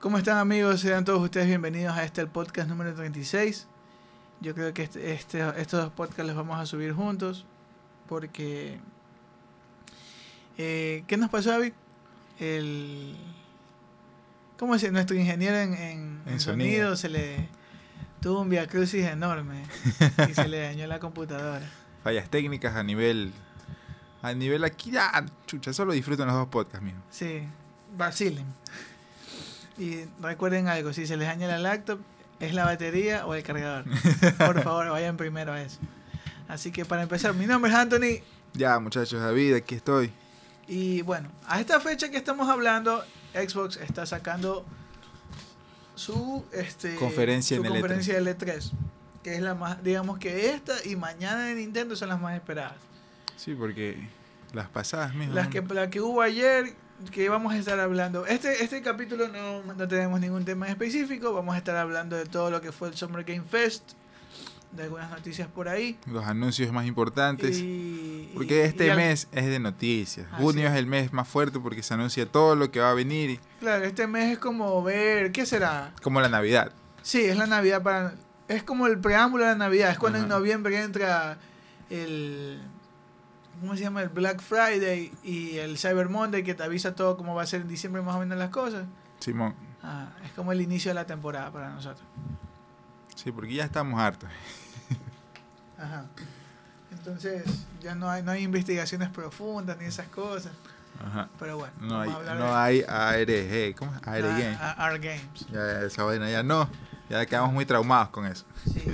¿Cómo están amigos? Sean todos ustedes bienvenidos a este el podcast número 36. Yo creo que este, este- estos dos podcasts los vamos a subir juntos porque... eh, ¿Qué nos pasó, Avi? El... ¿Cómo es? Nuestro ingeniero en, en- En en sonido sonido. se le tuvo un viacrucis enorme y se le dañó la computadora. Fallas técnicas a nivel. A nivel aquí. Ah, chucha, eso lo disfruto en los dos podcasts, mijo. Sí, vacilen. Y recuerden algo, si se les daña la laptop, es la batería o el cargador. Por favor, vayan primero a eso. Así que para empezar, mi nombre es Anthony Ya, muchachos, David, aquí estoy. y bueno, a esta fecha que estamos hablando, Xbox está sacando su este, Conferencia su en el E E3. conferencia del E3, que es la más, digamos que esta y mañana de Nintendo son las más esperadas. Sí, porque las pasadas, mijo. Las no- que, la que hubo ayer, que vamos a estar hablando. Este, este capítulo no, no tenemos ningún tema en específico. Vamos a estar hablando de todo lo que fue el Summer Game Fest, de algunas noticias por ahí. Los anuncios más importantes. y, porque y- este y al- mes es de noticias. Así Junio es. es el mes más fuerte porque se anuncia todo lo que va a venir, Claro, este mes es como ver, ¿qué será? como la Navidad. Sí, es la Navidad para... Es como el preámbulo de la Navidad. Es cuando en Ajá. noviembre entra el... ¿Cómo se llama? El Black Friday y el Cyber Monday que te avisa todo cómo va a ser en diciembre más o menos las cosas. Simón. Ah, es como el inicio de la temporada para nosotros. Sí, porque ya estamos hartos. Ajá. Entonces, ya no hay, no hay investigaciones profundas ni esas cosas. Ajá. Pero bueno, No hay, hablar Ah, no hay ARG. ¿Cómo es? ARG. de a- a- Our Games. Ya, esa vaina ya no. Ya quedamos muy traumados con eso. Sí.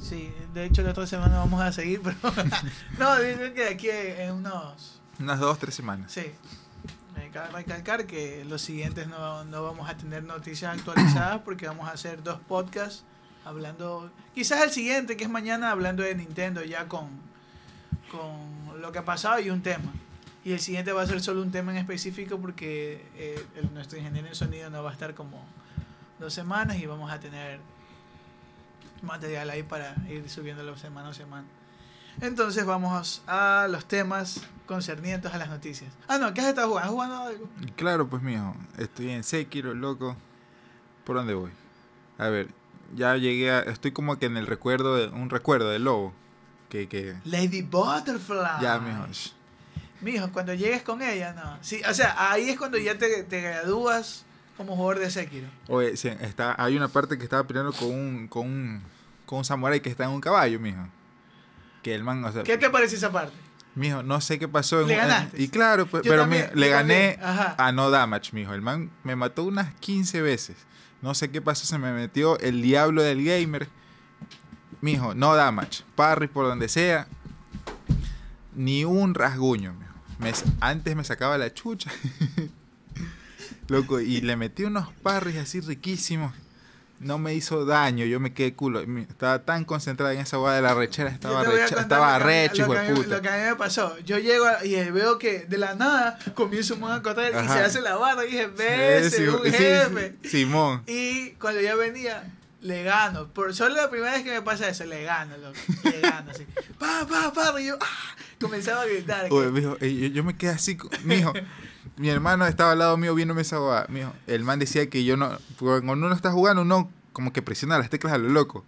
Sí, de hecho la otra semana vamos a seguir, pero no, digo que aquí en unos... Unas dos, tres semanas. Sí. Me cabe recalcar que los siguientes no, no vamos a tener noticias actualizadas porque vamos a hacer dos podcasts hablando, quizás el siguiente que es mañana hablando de Nintendo ya con, con lo que ha pasado y un tema. Y el siguiente va a ser solo un tema en específico porque eh, el- nuestro ingeniero en sonido no va a estar como dos semanas y vamos a tener material ahí para ir subiéndolo semana a semana. Entonces vamos a los temas concernientes a las noticias. Ah, no, ¿qué has estado jugando? ¿Has jugado algo? Y Claro, pues mijo, estoy en Sekiro, loco. ¿Por dónde voy? A ver, ya llegué a, estoy como que en el recuerdo de un recuerdo del lobo que que Lady Butterfly. ya mijo. sh- Mijo, cuando llegues con ella, no. Sí, o sea, ahí es cuando ya te, te gradúas como jugador de Sekiro. Oye, se- está hay una parte que estaba peleando con un con un con un samurái que está en un caballo, mijo. Que el man, o sea, ¿Qué te parece esa parte? mijo, no sé qué pasó en Le un- en- ganaste. y claro, pues, Yo pero también, mijo, le yo gané también. Ajá. a Ah, no damage, mijo. El man me mató unas 15 veces. No sé qué pasó, se me metió el diablo del gamer. Mijo, no damage. Parry por donde sea. Ni un rasguño, mijo. Me s- antes me sacaba la chucha. Loco, y le metí unos parries así riquísimos. No me hizo daño, yo me quedé culo. Mi- Estaba tan concentrada en esa boda de la rechera, estaba, Yo te voy a recha- contar lo estaba que a mí- arrecho, lo hijo que de a mí- puta. Lo que a mí me pasó. Yo llego a- y veo que de la nada comienza un mono a correr y Ajá. se hace la barra. Y dije, ves, Sí, un sí, sí, jefe. Simón. Y cuando ya venía, le gano. Por solo la primera vez que me pasa eso, le gano, loco. Le gano, así. Pa, pa, pa. Y yo, ah, comenzaba a gritar. Oye, mijo, eh, yo, yo me quedé así, co- mijo. mi hermano estaba al lado mío viéndome esa bobada, mijo. El man decía que yo no, cuando uno está jugando, uno como que presiona las teclas a lo loco.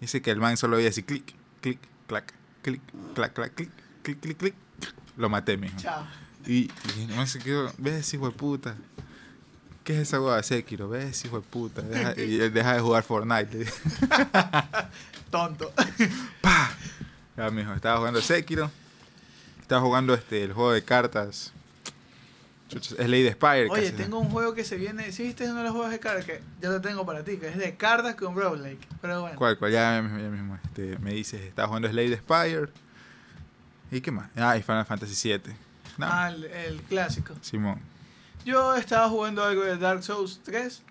Dice que el man solo veía así, clic, clic, clac, clic, clac, clac, clic, clic, clic, clic. Lo maté, mijo. Chao. Y, y el man se quedó, ves, hijo de puta. ¿Qué es esa hueá? Sekiro, ves, hijo de puta. Deja, y él deja de jugar Fortnite. le dije. Tonto. Ya, mijo, estaba jugando Sekiro. Estaba jugando este, el juego de cartas. Chucha, Es Lady Spire. Oye, casi, ¿no? tengo un juego que se viene. ¿Sí viste uno de los juegos de cartas? Que yo lo tengo para ti, que es de cartas con Roguelike. Pero bueno. ¿Cuál, cuál? Ya, mismo- ya mismo este, me dices, estaba jugando Slade Spire. ¿Y qué más? Ah, y Final Fantasy VII. No, Ah, el, el clásico. Simón. Yo estaba jugando algo de Dark Souls 3.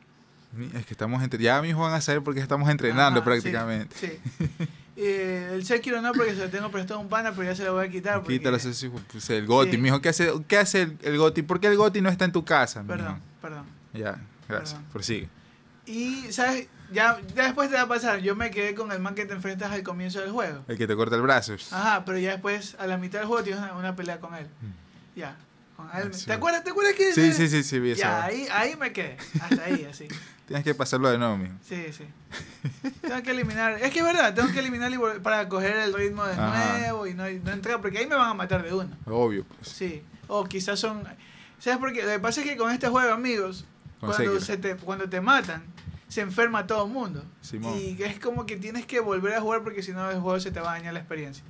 Mi- Es que estamos entre... Ya mismo van a saber porque estamos entrenando Ajá, prácticamente. Sí. sí. Eh, el Sekiro no, porque se lo tengo prestado a un pana, pero ya se lo voy a quitar. Porque... Quítalo, ese hijo- pues, el Goti. Sí. Mijo, ¿qué hace, qué hace el, el Goti? ¿Por qué el Goti no está en tu casa? mijo? Perdón, perdón. Ya, gracias. Perdón. Prosigue. Y, ¿sabes? Ya, ya después te va a pasar. Yo me quedé con el man que te enfrentas al comienzo del juego. Ah, El que te corta el brazo. Ajá, pero ya después, a la mitad del juego, tienes una, una pelea con él. Ya. con Alme. Sí. ¿Te acuerdas? ¿Te acuerdas que Mm. Sí, sí, sí, sí, vi Ya, esa. ahí, ahí me quedé. Hasta ahí, así. Tienes que pasarlo de nuevo, mijo. Sí, sí. Tengo que eliminar. Es que es verdad, tengo que eliminar y vol- para coger el ritmo de Ajá. nuevo y no, y no entrar, porque ahí me van a matar de una. Obvio, pues. Sí. O quizás son. ¿Sabes por qué? Lo que pasa es que con este juego, amigos, Con cuando, Sekiro. se te, cuando te matan, se enferma todo el mundo. Simón. Y es como que tienes que volver a jugar porque si no el juego se te va a dañar la experiencia.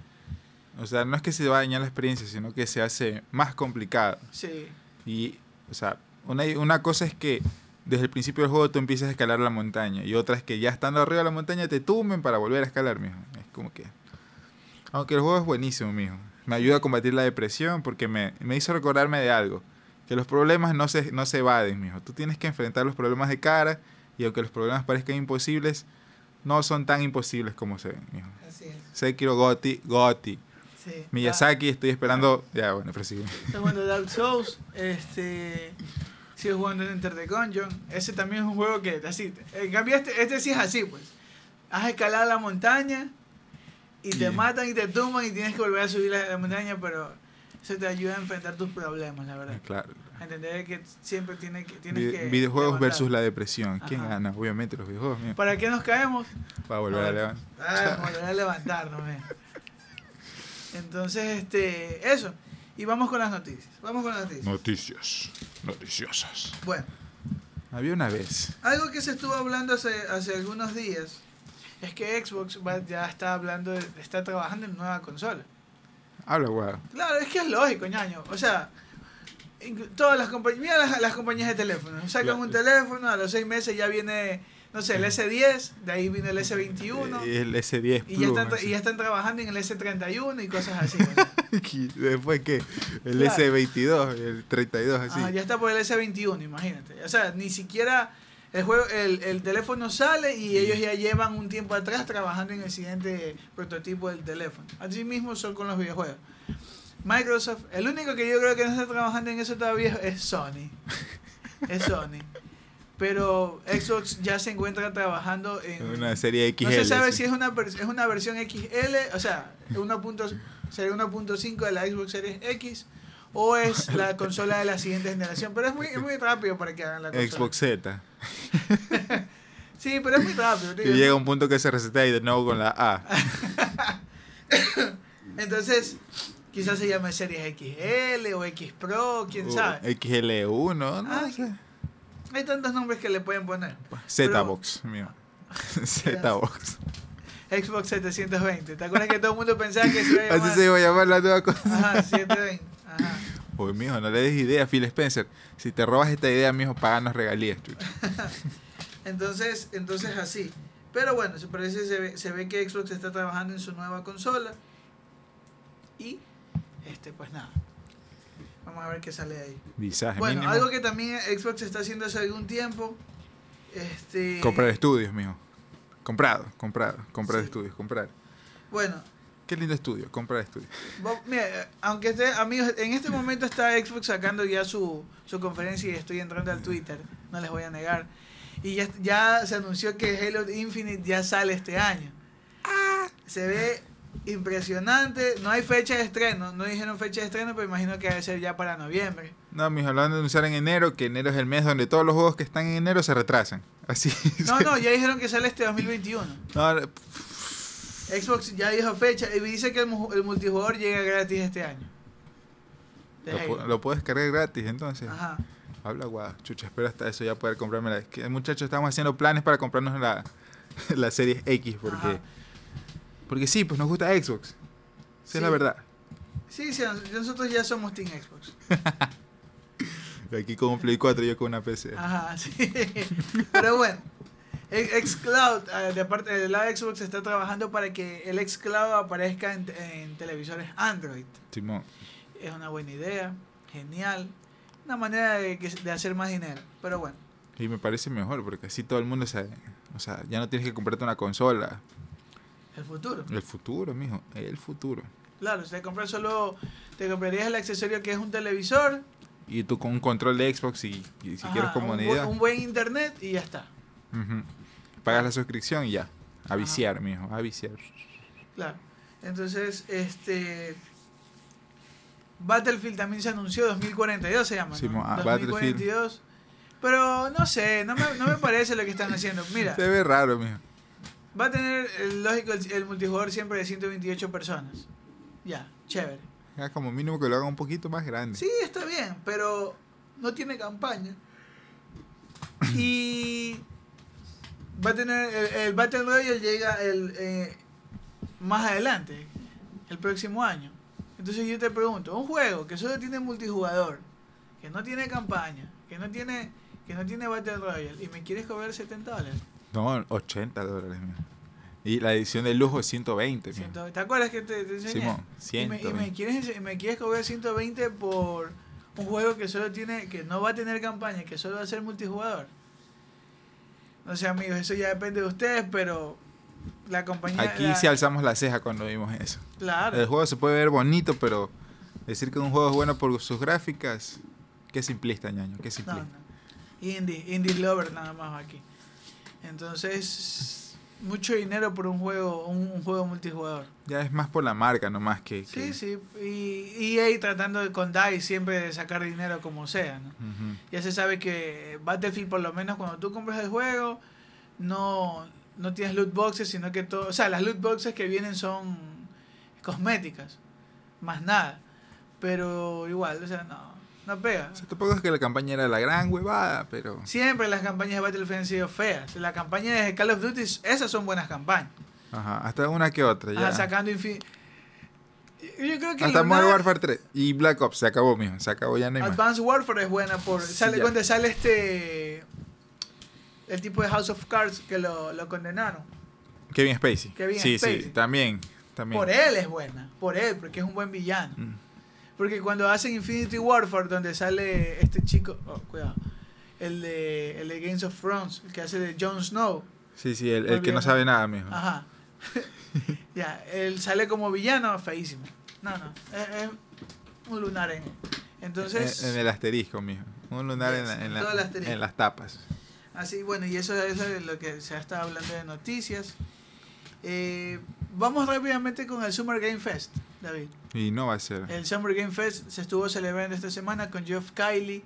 O sea, no es que se va a dañar la experiencia, sino que se hace más complicado. Sí. Y, o sea, una, una cosa es que desde el principio del juego tú empiezas a escalar la montaña. Y otra es que ya estando arriba de la montaña te tumben para volver a escalar, mijo. Es como que. Aunque el juego es buenísimo, mijo. Me ayuda a combatir la depresión porque me, me hizo recordarme de algo. Que los problemas no se, no se evaden, mijo. Tú tienes que enfrentar los problemas de cara. Y aunque los problemas parezcan imposibles, no son tan imposibles como se ven, mijo. Así es. Sekiro Gotti, Gotti. Sí. Miyazaki, estoy esperando. Ya, bueno, prosigue. Ah, estoy jugando Dark Souls. Este. Sigo jugando Enter the Gungeon. Ese también es un juego que. Así. En cambio, este, este sí es así, pues. Has escalado la montaña. Y te Yeah. matan y te tumban y tienes que volver a subir la, la montaña, pero eso te ayuda a enfrentar tus problemas, la verdad. Claro. A Entender que siempre tiene que, tienes Vi- que. videojuegos levantar. versus la depresión. ¿Quién Ajá. gana? Obviamente los videojuegos. Mira. ¿Para qué nos caemos? Va a volver A a ver. levantar. Ah, volver a levantarnos, ve. Entonces, este, eso. Y vamos con las noticias. Vamos con las noticias. Noticias. Noticiosas. Bueno, Había una vez. algo que se estuvo hablando hace, hace algunos días es que Xbox va- ya está hablando, de- está trabajando en nueva consola. Habla, guau. Claro, es que es lógico, ñaño. O sea, inclu- todas las compañías, mira las, las compañías de teléfonos. Sacan Claro. un teléfono, a los seis meses ya viene, no sé, el S10, de ahí viene el S21. Eh, El S10 Y ya, Plus. están, tra- así. y ya están trabajando en el S31 y cosas así. o sea. Y Después, ¿qué? El Claro. S22, el 32, así. Ah, ya está por el S21, imagínate. O sea, ni siquiera el juego, el, el teléfono sale y ellos ya llevan un tiempo atrás trabajando en el siguiente prototipo del teléfono. Así mismo son con los videojuegos. Microsoft, el único que yo creo que no está trabajando en eso todavía es Sony. Es Sony. Pero Xbox ya se encuentra trabajando en... Una serie XL. No se sabe así. si es una, vers- es una versión XL, o sea, 1. punto- sería 1.5 de la Xbox Series X, o es la consola de la siguiente generación. Pero es muy, es muy rápido para que hagan la consola. Xbox Z. Sí, pero es muy rápido. Y tío. llega un punto que se reseta y de nuevo con la Ah, A. Entonces, quizás se llame Series XL o X Pro, quién O sabe. XL1, no Ah, sé. Hay tantos nombres que le pueden poner. Z-Box, mío. Z-Box. Xbox 720. ¿Te acuerdas que todo el mundo pensaba que se iba a Así llamar? se iba a llamar la nueva cosa. Ajá, 720. Ajá. Uy, mijo, no le des idea a Phil Spencer. Si te robas esta idea, mijo, paganos regalías, chucha. Entonces, entonces así. Pero bueno, se parece, se ve, se ve que Xbox está trabajando en su nueva consola. Y este, pues nada. Vamos a ver qué sale de ahí. Visaje Bueno, mínimo. algo que también Xbox está haciendo hace algún tiempo. Este. Comprar estudios, mijo. Comprado, comprado, comprar Sí. estudios, comprar. Bueno, Qué lindo estudio, comprar estudios. vo- mira, eh, aunque esté, amigos, en este momento está Xbox sacando ya su, su conferencia y estoy entrando al Twitter, no les voy a negar. Y ya, ya se anunció que Halo Infinite ya sale este año. Se ve impresionante, no hay fecha de estreno, no dijeron fecha de estreno, pero imagino que debe ser ya para noviembre. No, mijo, lo van a anunciar en enero, que enero es el mes donde todos los juegos que están en enero se retrasan. Así. No, no, ya dijeron que sale este 2021. Ahora, Xbox ya dijo fecha y dice que el, mu- el multijugador llega gratis este año. De lo, Halo. pu- lo puedes cargar gratis, entonces. Ajá. Habla guau, chucha, espero hasta eso ya poder comprarme la. Que, muchachos, estamos haciendo planes para comprarnos la, la serie X, porque. Ajá. Porque sí, pues nos gusta Xbox. Esa es la Sí. verdad. Sí, sí, nos- nosotros ya somos Team Xbox. Aquí con un Play 4 y yo con una PC. Ajá, sí. Pero bueno, el Xcloud, eh, de parte del lado de Xbox, está trabajando para que el Xcloud aparezca en, en televisores Android. Simón. Es una buena idea, genial. Una manera de, que- de hacer más dinero. Pero bueno, Y me parece mejor, porque así todo el mundo sabe. O sea, ya no tienes que comprarte una consola. el futuro. El futuro, mijo. El futuro. Claro, si te compras solo, te comprarías el accesorio que es un televisor, Y tú con un control de Xbox y, y si ajá, quieres un, bu- comodidad. un buen internet y ya está. ujú. Pagas la suscripción y ya. A Ah. Ajá. viciar, mijo. A viciar. Claro. Entonces, este. Battlefield también se anunció, 2042 se llama. ¿no? Sí, mo- ah, 2042. Pero no sé, no me, no me parece lo que están haciendo. Mira, Se ve raro, mijo. va a tener eh, lógico el, el multijugador siempre de 128 personas. Ya, chévere. Ya como mínimo que lo haga un poquito más grande. Sí, está bien, pero no tiene campaña. Y va a tener el, el Battle Royale llega el eh, más adelante, el próximo año. Entonces yo te pregunto, un juego que solo tiene multijugador, que no tiene campaña, que no tiene que no tiene Battle Royale y me quieres cobrar 70 dólares. No, 80 dólares, mijo. Y la edición de lujo es 120, mijo. Ciento- ¿Te acuerdas que te, te enseñé? Simón, Y me, y me 120. quieres, ense- y me quieres cobrar 120 por un juego que solo tiene, que no va a tener campaña, que solo va a ser multijugador. No sé, amigos, eso ya depende de ustedes, pero la compañía. Aquí la- sí alzamos la ceja cuando vimos eso. El Claro. juego se puede ver bonito, pero decir que un juego es bueno por sus gráficas, qué simplista, ñaño, No, qué no. simplista. Indie, indie lover nada más aquí. Entonces, mucho dinero por un juego, un, un juego multijugador. Ya es más por la marca nomás que... Sí, que- sí. Y EA tratando de, con DICE siempre de sacar dinero como sea, ¿no? Ujú. Ya se sabe que Battlefield, por lo menos cuando tú compras el juego, no, no tienes loot boxes, sino que todo. O sea, las loot boxes que vienen son cosméticas, más nada. Pero igual, o sea, no, no pega. O sea, tampoco es que la campaña era la gran huevada, pero... Siempre las campañas de Battlefield han sido feas. La campaña de Call of Duty, esas son buenas campañas. Ajá, hasta una que otra, Pues ya. Ah, sacando infin... Yo creo que hasta Modern Lunar- Warfare 3 y Black Ops, se acabó, mijo, se acabó, ya no hay más. Advanced Warfare es buena por Sí, sale ya. cuando sale este el tipo de House of Cards que lo, lo condenaron. Kevin Spacey. Kevin sí, sí, Spacey. también, también. Por él es buena, por él, porque es un buen villano. Mm. Porque cuando hacen Infinity Warfare, donde sale este chico, oh, cuidado, el de, el de Games of Thrones, el que hace de Jon Snow, Sí, sí, el, el que no Olvídate. sabe nada, mijo. ajá, ya, él sale como villano, feísimo. No, no, es, es un lunar en él. Entonces, Eh, en, en el asterisco, mijo. Un lunar en, la- Yes, en en la- todo el asterisco. en las tapas. Así, bueno, y eso es lo- lo que se ha estado hablando de noticias. Eh, vamos rápidamente con el Summer Game Fest, David. Y no va a ser. El Summer Game Fest se estuvo celebrando esta semana con Geoff Kylie,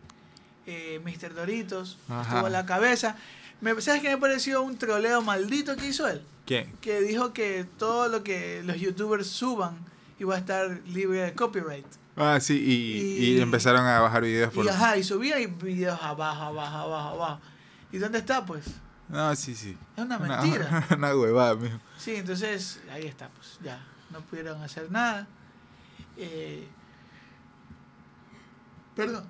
eh, Mr. Doritos, Ajá. estuvo a la cabeza. Me, ¿Sabes qué me pareció un troleo maldito que hizo él? ¿Quién? Que dijo que todo lo que los youtubers suban iba a estar libre de copyright. Ah, sí, y, y Y- empezaron a bajar videos por... Y ajá, y subía y videos abajo, abajo, abajo, abajo. ¿Y dónde está, pues? No, sí, sí. Es una mentira. Una, huevada, mijo. Sí, entonces ahí está, pues ya, no pudieron hacer nada. Eh, perdón.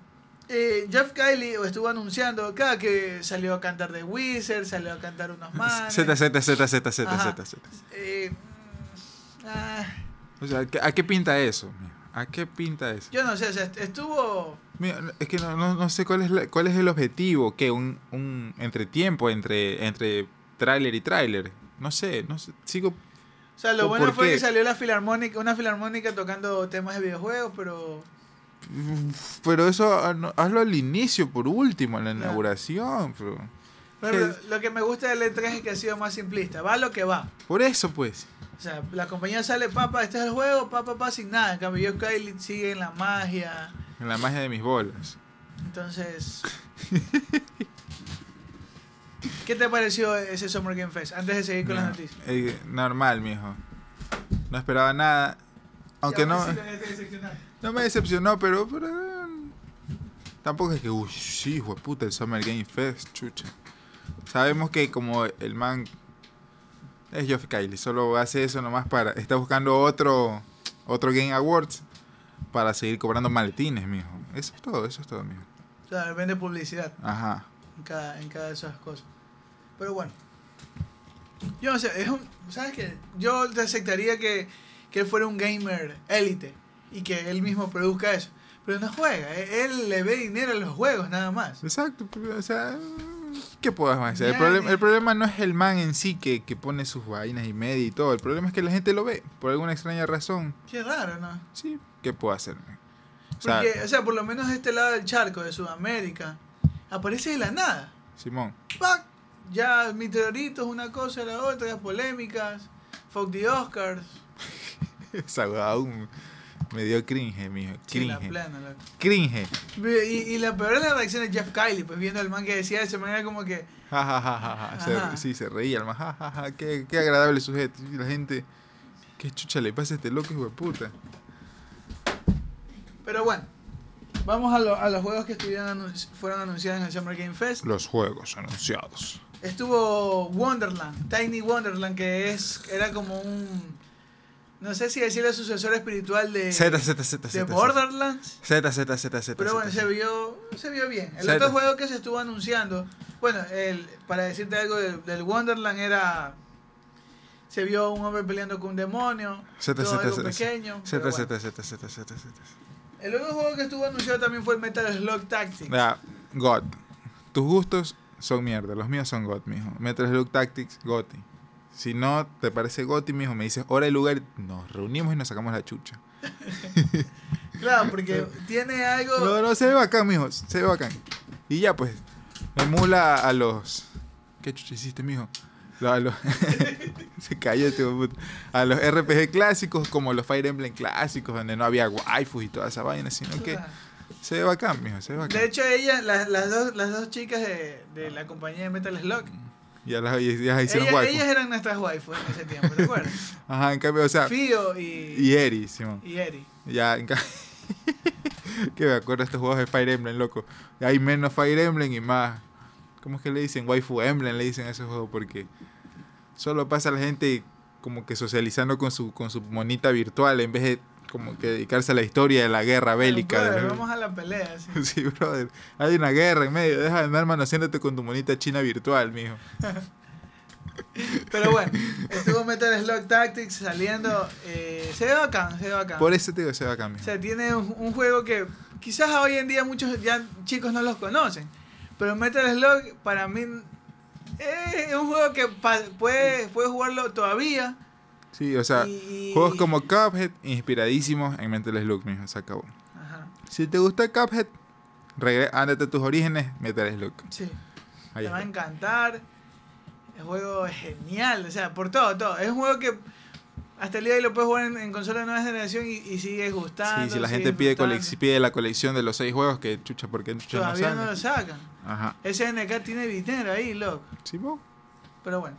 Eh, Jeff Kylie estuvo anunciando cada que salió a cantar de Wizard, salió a cantar unos más. Z, Z, Z, Z, Z, Ajá. Z, Z. ah, O sea, ¿qué- ¿a qué pinta eso? mijo? ¿A qué pinta eso? yo no sé, o sea, est- estuvo. Mira, no- es que no, no, no sé cuál es, la- cuál es el objetivo, que un, un entretiempo entre, entre tráiler y tráiler. No sé, no sé, sigo... O sea, lo ¿O bueno por fue qué? que salió la filarmónica, una filarmónica tocando temas de videojuegos, pero Pero eso ah, no, hazlo al inicio, por último, en la Ya. inauguración. pero- por ejemplo, lo que me gusta del E3 es que ha sido más simplista, va lo que va. Por eso, pues. O sea, la compañía sale, papá, este es el juego, papá, papá, sin nada. En cambio, yo Kylie sigue en la magia. En la magia de mis bolas. Entonces. ¿Qué te pareció ese Summer Game Fest? Antes de seguir con las Mira, noticias. eh, normal, mijo. No esperaba nada. Aunque no, eh. no me decepcionó, pero... pero, eh, tampoco es que, uy, sí, hijo de puta, el Summer Game Fest, chucha. Sabemos que como el man es Geoff Kylie, solo hace eso nomás para... Está buscando otro, otro Game Awards para seguir cobrando maletines, mijo. Eso es todo, eso es todo, mijo. Claro, vende publicidad Ajá. en cada, en cada de esas cosas. Pero bueno. Yo no sé, es un- ¿sabes qué? Yo te aceptaría que, que él fuera un gamer élite y que él mismo produzca eso. Pero no juega, eh, él le ve dinero a los juegos nada más. Exacto, o sea, ¿qué puedes hacer? El, Ya, problema- ya. el problema no es el man en sí que, que pone sus vainas y media y todo, el problema es que la gente lo ve, por alguna extraña razón. Qué raro, ¿no? Sí, ¿qué puedo hacer? O sea, Porque, o sea, por lo menos de este lado del charco, de Sudamérica, aparece de la nada. Simón, ¡Pac! Ya mi teorito es una cosa, la otra, polémicas, fuck the Oscars. esa huevada aún. Me dio cringe, mijo. Sí, la Cringe. plena, loco. cringe. Y, y la peor es la reacción de Jeff Kylie, pues viendo al man que decía de esa manera como que, Ja, ja, ja, ja, ja. Se- Ajá. sí, se reía el más. Ja, ja, ja. Qué, qué agradable sujeto. Y la gente. Qué chucha le pasa a este loco, hijo de puta. pero bueno, vamos a, lo- a los juegos que estuvieron anunci- fueron anunciados en el Summer Game Fest. Los juegos anunciados. Estuvo Wonderland, Tiny Wonderland, que es era como un, no sé si decir el sucesor espiritual de, Z, Z, Z, Eh, de Z. Z, Borderlands. Z, Z, Z, Z. Pero bueno, se Z. vio, se vio bien. El Cero. otro juego que se estuvo anunciando, bueno, el, para decirte algo del, del Wonderland era... Se vio un hombre peleando con un demonio, Cero, todo cero, algo cero, pequeño. pero Z, bueno. Z, Z, Z, Z, Z. El otro juego que estuvo anunciado también fue el Metal Slug Tactics. Ya, God. Tus gustos son mierda. Los míos son God, mijo. Metal Slug Tactics, Goti. Si no te parece Goti, mijo, me dices hora y lugar. Nos reunimos y nos sacamos la chucha. Claro, porque tiene algo... No, no, se ve bacán, mijo. Se ve bacán. Y ya, pues. Emula a los. ¿Qué chucha hiciste, mijo? Lo- A los, se cayó este hijo de puta. A los RPG clásicos, como los Fire Emblem clásicos, donde no había waifus y toda esa vaina, sino que claro. se ve bacán, mijo. Se ve bacán. De hecho, ella, las, las dos, las dos chicas de, de la compañía de Metal Slug, ya las, ya las hicieron ellas, waifus. ellas eran nuestras waifus en ese tiempo, ¿te acuerdas? Ajá, en cambio, o sea. Fio y, Y Eri, Simón. y Eri. Ya, en ca- que me acuerdo de estos juegos de Fire Emblem, loco. Hay menos Fire Emblem y más. ¿Cómo es que le dicen? Waifu Emblem le dicen a esos juegos porque solo pasa la gente como que socializando con su, con su monita virtual en vez de como que dedicarse a la historia de la guerra bélica. Brother, de- vamos a la pelea. sí. Sí, brother. Hay una guerra en medio. Deja de andar manoseándote con tu monita china virtual, mijo. Pero bueno, estuvo Metal Slug Tactics saliendo. eh, se ve bacán, se ve bacán. Por eso te digo, se va a cambiar. O sea, tiene un, un juego que quizás hoy en día muchos ya chicos no los conocen. Pero Metal Slug para mí eh, es un juego que pa- puede, puede jugarlo todavía. Sí, o sea, y- y- juegos como Cuphead inspiradísimos en Mental Slug, mijo. Se acabó. Ajá, Si te gusta Cuphead, regre- ándate a tus orígenes, Metal Slug. sí, Ahí te va a está. encantar. El juego es genial, o sea, por todo, todo. Es un juego que hasta el día de hoy lo puedes jugar en, en consola de nueva generación y, y sigue gustando. Sí, si la sigue gente pide, disfrutando. colec- pide la colección de los seis juegos, que chucha, porque chucha Todavía no no lo sale? sacan. Ajá. SNK tiene dinero ahí, loco. Sí, po? Pero bueno.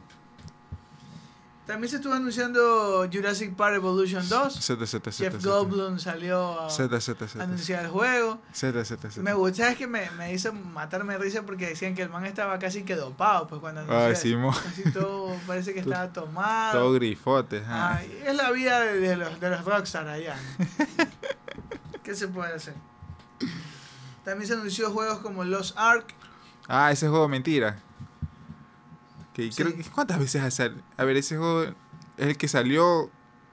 También se estuvo anunciando Jurassic Park Evolution 2. Z, Z, Z, Z. Jeff Goldblum salió a Z, Z, Z. anunciar el juego. Z, Z, Z. Me gustó, sabes que me, me hizo matarme de risa porque decían que el man estaba casi que dopado, pues cuando anunció Ay, eso. sí, mo. Así todo parece que Tú- estaba tomado. Todo grifote. ajá. Ay, es la vida de, de los, de los rockstar allá. ¿Qué se puede hacer? También se anunció juegos como Lost Ark, Ah, ese juego mentira. Que Sí. creo que cuántas veces ha sal- A ver, ese juego es el que salió,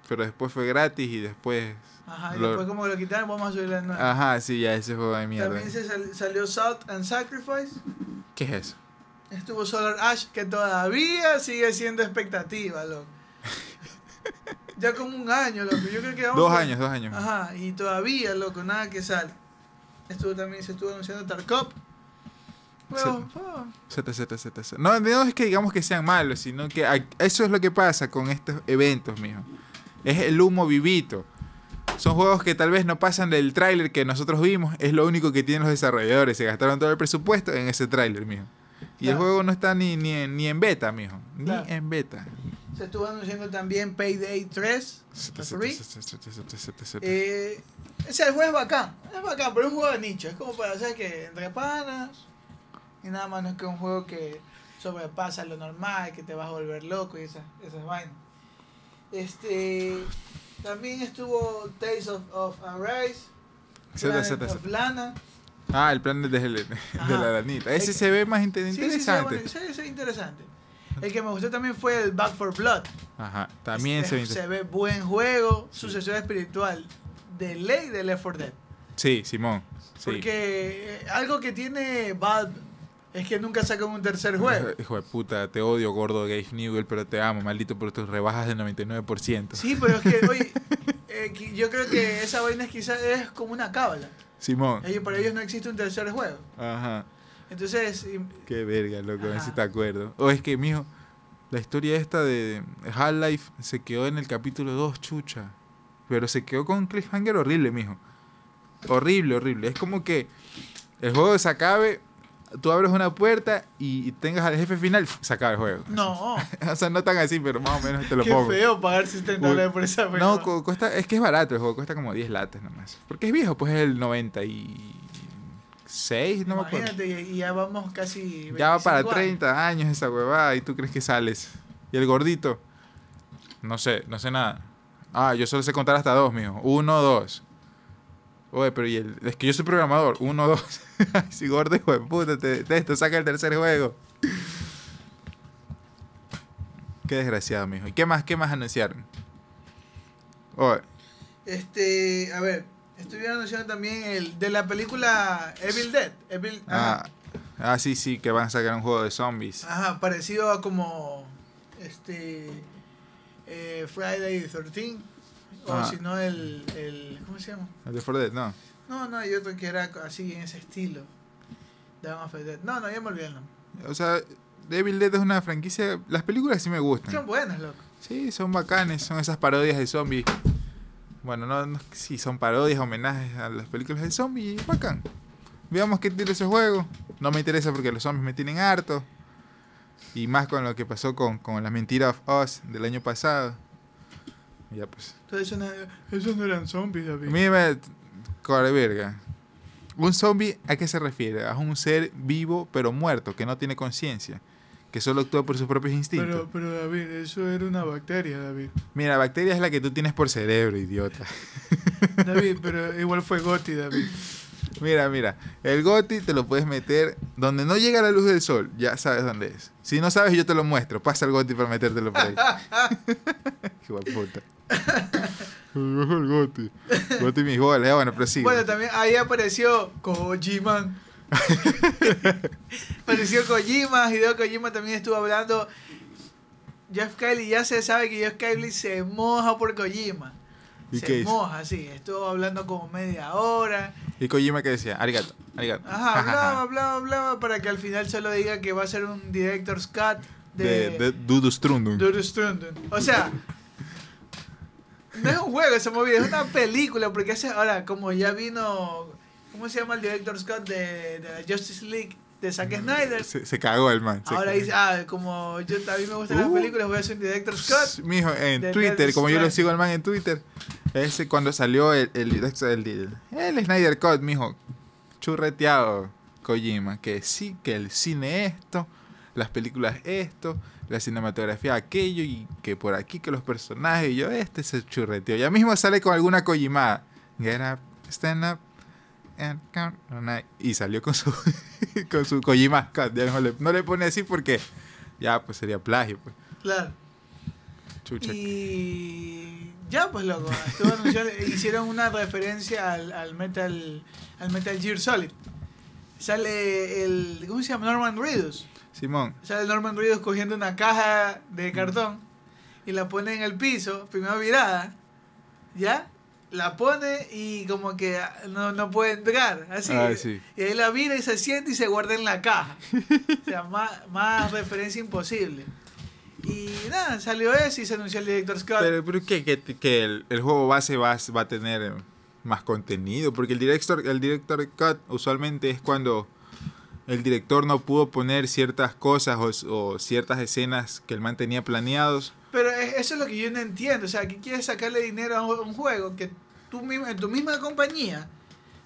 pero después fue gratis y después. Ajá, y Lo- después como lo quitaron, vamos a subirle de nuevo. Ajá, sí, ya ese juego de mierda. Ah. También se sal- salió Salt and Sacrifice. ¿Qué es eso? Estuvo Solar Ash, que todavía sigue siendo expectativa, loco. ya como un año, loco. Yo creo que vamos Dos por- años, dos años. Ajá, y todavía, loco, nada que sale. Estuvo también, se estuvo anunciando Tarkov. Bueno, oh, Z, Z, Z, Z. No, no es que digamos que sean malos, sino que a- eso es lo que pasa con estos eventos, mijo. Es el humo vivito. Son juegos que tal vez no pasan del tráiler que nosotros vimos. Es lo único que tienen los desarrolladores. Se gastaron todo el presupuesto en ese tráiler, mijo. Y el Claro. juego no está ni, ni, en- ni en beta, mijo. Ni Claro. en beta. se estuvo anunciando también Payday 3. Z, Z, Three. Z, Z, Z, Z, Z. Eh, o sea, el juego es bacán. Es bacán, pero es un juego de nicho. Es como para, ¿sabes que Entre panas. Y nada más no es que un juego que sobrepasa lo normal, que te vas a volver loco y esas, esas vainas. Este. También estuvo Tales of, of Arise. Z, Z, Planet Z. of Lana. Ah, el plan de, de, de Ajá. la lanita. Ese Es- se ve más inte- Sí, sí, interesante. Sí, sí, sí, sí, interesante. El que me gustó también fue el Back for Blood. Ajá, también Es- se ve es- interesante. ve buen juego, Sí. sucesor espiritual de ley de Left 4 Dead. Sí, Simón. Sí. Porque eh, algo que tiene Valve es que nunca sacan un tercer juego. Hijo de puta, te odio, gordo Gabe Newell, pero te amo, maldito, por tus rebajas del 99%. Sí, pero es que, oye, eh, qui- yo creo que esa vaina es quizás es como una cábala. Simón. Ellos, para ellos no existe un tercer juego. Ajá. Entonces, y- Qué verga, loco, a ver si Ajá. te acuerdo. O es que, mijo, la historia esta de Half-Life se quedó en el capítulo 2, chucha. Pero se quedó con un cliffhanger horrible, mijo. Horrible, horrible. Es como que el juego se acabe, tú abres una puerta y tengas al jefe final, se acaba el juego. No, o sea, no tan así, pero más o menos te lo qué pongo. feo pagar 60 dólares por esa No, huevada. cu- cuesta, es que es barato el juego, cuesta como 10 latas nomás. Porque es viejo, pues es el 96, no me acuerdo. Imagínate, y ya vamos casi. Ya va para 25 años. 30 años esa huevada y tú crees que sales. Y el gordito, no sé, no sé nada. Ah, yo solo sé contar hasta dos, mijo. Uno, dos. Oye, pero y el, es que yo soy programador. Uno, dos. Ay, si gordo, hijo de puta, te, te- te saca el tercer juego. Qué desgraciado, mijo. ¿Y qué más, qué más anunciaron? Oye, Este, a ver, estuvieron anunciando también el de la película Evil Dead. Evil, ah, ajá, ah, sí, sí, que van a sacar un juego de zombies. Ajá, parecido a como este eh, Friday the 13 o Ah. si no el, el ¿cómo se llama? El de For Dead, no. No, no, hay otro que era así en ese estilo. Dawn of the Dead. No, no, ya me olvidé el nombre. O sea, Devil Dead es una franquicia. Las películas sí me Son gustan. buenas, loco. Sí, son bacanes. Son esas parodias de zombies. Bueno, no, no sí, son parodias, homenajes a las películas de zombies. Bacán. Veamos qué tiene ese juego. No me interesa porque los zombies me tienen harto. Y más con lo que pasó con, con las mentiras of Us del año pasado. Ya pues. Entonces, eso no- esos no eran zombies, David. Mira, cobre verga. Un zombie, ¿a qué se refiere? A un ser vivo pero muerto, que no tiene conciencia, que solo actúa por sus propios instintos. pero, pero David, eso era una bacteria, David. Mira, bacteria es la que tú tienes por cerebro, idiota. David, pero igual fue Gotti, David. Mira, mira, el goti te lo puedes meter donde no llega la luz del sol, ya sabes dónde es. Si no sabes, yo te lo muestro. Pasa el goti para metértelo por ahí. qué guaputa. el goti. Goti mis bolas, ya bueno, pero sí. Bueno, también ahí apareció Kojima. apareció Kojima, Hideo Kojima también estuvo hablando. Jeff Kylie ya se sabe que Jeff Kylie se moja por Kojima. ¿Y se qué hizo? moja, sí. Estuvo hablando como media hora. Y Kojima que decía, arigato, arigato. Ajá, hablaba, hablaba, hablaba para que al final solo diga que va a ser un director's cut de, de Dudus Trundum. Durstrundun. O sea, no es un juego esa movida, es una película. Porque hace ahora, como ya vino, ¿cómo se llama el director Scott de, de la Justice League de Zack Mm, Snyder? Se, se cagó el man. se Ahora cagó. dice, ah, como yo, a mí me gustan las Uh. películas, voy a ser un director Scott. Mijo, en de Twitter, Death como yo lo Stranding. sigo al man en Twitter, ese cuando salió el, el, el, el- el Snyder Cut, mijo, churreteado Kojima, que sí, que el cine esto, las películas esto, la cinematografía aquello, y que por aquí que los personajes, y yo este se churreteó. Ya mismo sale con alguna Kojimada. Get up, stand up. and count on I- Y salió con su con su Kojima Cut. Ya no, le, no le pone así porque ya pues sería plagio. Pues. Claro. Chucha. Y ya, pues loco, estuvo anunciando- hicieron una referencia al, al Metal al Metal Gear Solid. Sale el, ¿cómo se llama? Norman Reedus. Simón, Sale Norman Reedus cogiendo una caja de cartón y la pone en el piso, primera virada, ¿ya? La pone y como que ah, no, no puede entrar, así. Ah, sí. Y ahí la vira y se siente y se guarda en la caja. O sea, más, más referencia imposible. Y nada, salió eso y se anunció el director Scott. Pero, pero ¿qué? ¿Que, que el, el juego base va, a- va a tener eh, más contenido. Porque el director, el director cut usualmente es cuando el director no pudo poner ciertas cosas o s- o, ciertas escenas que el man tenía planeados. Pero es- eso es lo que yo no entiendo. O sea, que quieres sacarle dinero a un un juego que tú mismo, en tu misma compañía,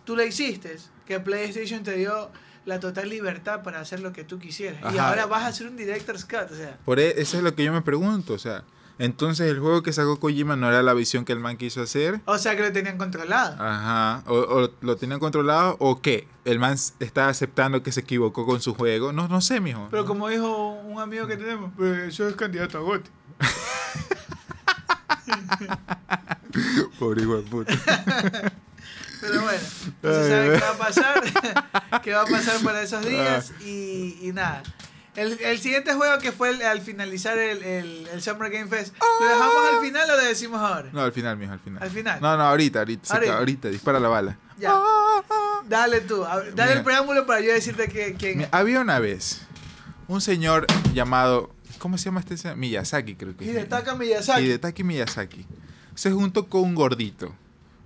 tú le hiciste, que PlayStation te dio la total libertad para hacer lo que tú quisieras. Y Ajá. ahora vas a hacer un director's cut. O sea, Por e- eso es lo que yo me pregunto. O sea, entonces el juego que sacó Kojima no era la visión que el man quiso hacer. o sea que lo tenían controlado. Ah. Ajá. O, o lo tenían controlado o qué. El man s- está aceptando que se equivocó con su juego. No, no sé, mijo. Pero como dijo un amigo que tenemos, pues yo es candidato a Gotti. Pobre hijo de puta. Pero bueno, no se Ay, sabe güey. qué va a pasar, qué va a pasar para esos días y, y nada. El, el siguiente juego que fue el- al finalizar el, el- el Summer Game Fest, ¿lo dejamos al final o lo decimos ahora? No, al final, mijo, al final. Al final. No, no, ahorita, ahorita. se Ahorita. acaba, ahorita, dispara la bala. Ya. Ah, ah, ah. Dale tú, a- dale Mira. el preámbulo para yo decirte que, que- Mi- Había una vez un señor llamado. ¿Cómo se llama este señor? Miyazaki, creo que. es. Hidetaka Miyazaki. Hidetaki Miyazaki. se juntó con un gordito.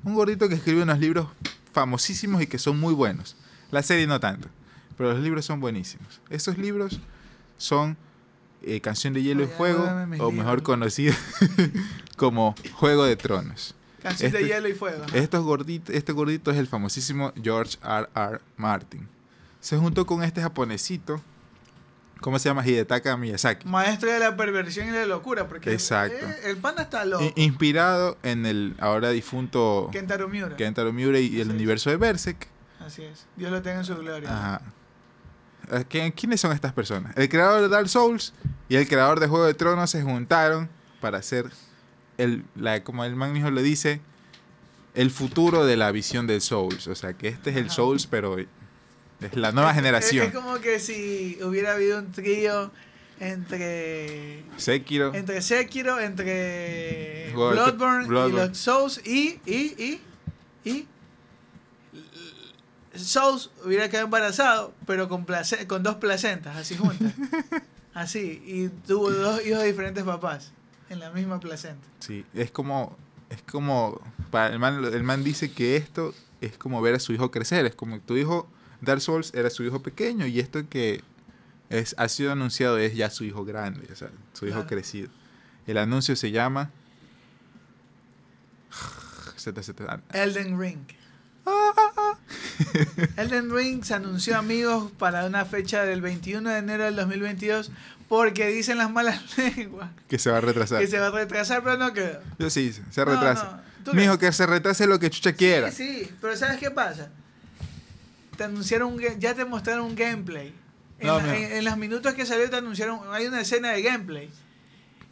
Un gordito que escribe unos libros famosísimos y que son muy buenos. La serie no tanto, pero los libros son buenísimos. Esos libros son eh, Canción de Hielo Ay, y Fuego, dame mis o mejor libros. conocido como Juego de Tronos. Canción de Este- hielo y fuego. ajá. Estos gordit- este gordito es el famosísimo George R. R. Martin. Se juntó con este japonesito, ¿cómo se llama? Hidetaka Miyazaki. Maestro de la perversión y la locura, porque Exacto. eh, el panda está loco. I- Inspirado en el ahora difunto Kentaro Miura. Kentaro Miura y el Sí. universo de Berserk. Así es. Dios lo tenga en su gloria. Ajá. ¿A quién- ¿Quiénes son estas personas? El creador de Dark Souls y el creador de Juego de Tronos se juntaron para hacer, el, la, como el man mismo lo dice, el futuro de la visión del Souls. O sea, que este es el Ajá. Souls, pero es la nueva Es, es generación. como que si hubiera habido un trío entre Sekiro. entre Sekiro, entre Juego de- Bloodborne, y Bloodborne. los Souls y y y y Souls hubiera quedado embarazado, pero con place- con dos placentas así juntas. así y tuvo dos hijos de diferentes papás en la misma placenta. Sí, es como, es como, para el, man, el man dice que esto es como ver a su hijo crecer, es como tu hijo, Dark Souls era su hijo pequeño y esto que es, ha sido anunciado es ya su hijo grande, o sea, su hijo Claro. crecido. El anuncio se llama... Z, Z, ah, Elden Ring. Elden Ring se anunció, amigos, para una fecha del 21 de enero del 2022 porque dicen las malas lenguas que se va a retrasar. que se va a retrasar, pero no quedó. Yo sí, No, se retrasa. no, ¿tú Mijo, crees? que se retrase lo que chucha quiera. Sí, sí, pero ¿sabes qué pasa? Te anunciaron, un ga- ya te mostraron un gameplay. En, No, la- mijo. en- en los minutos que salió te anunciaron, hay una escena de gameplay.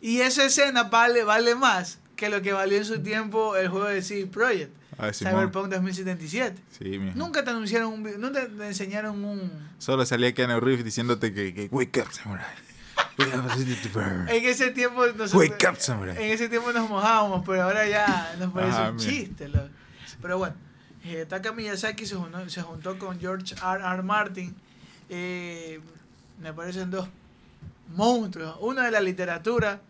Y esa escena vale, vale más que lo que valió en su tiempo el juego de CD Projekt, Ah, Simón. Cyberpunk 2077. Sí, mijo. Nunca te anunciaron un vi- nunca te enseñaron un Solo salía Keanu Reeves diciéndote que, que, Wake up, samurai. Wake up, to burn. en ese tiempo nos, Wake up, samurai. en ese tiempo nos mojábamos, pero ahora ya nos parece Ajá, un mira. chiste, loco. Pero bueno, eh, Taka Miyazaki se juntó, se juntó con George R. R. Martin. Eh, me parecen dos monstruos, uno de la literatura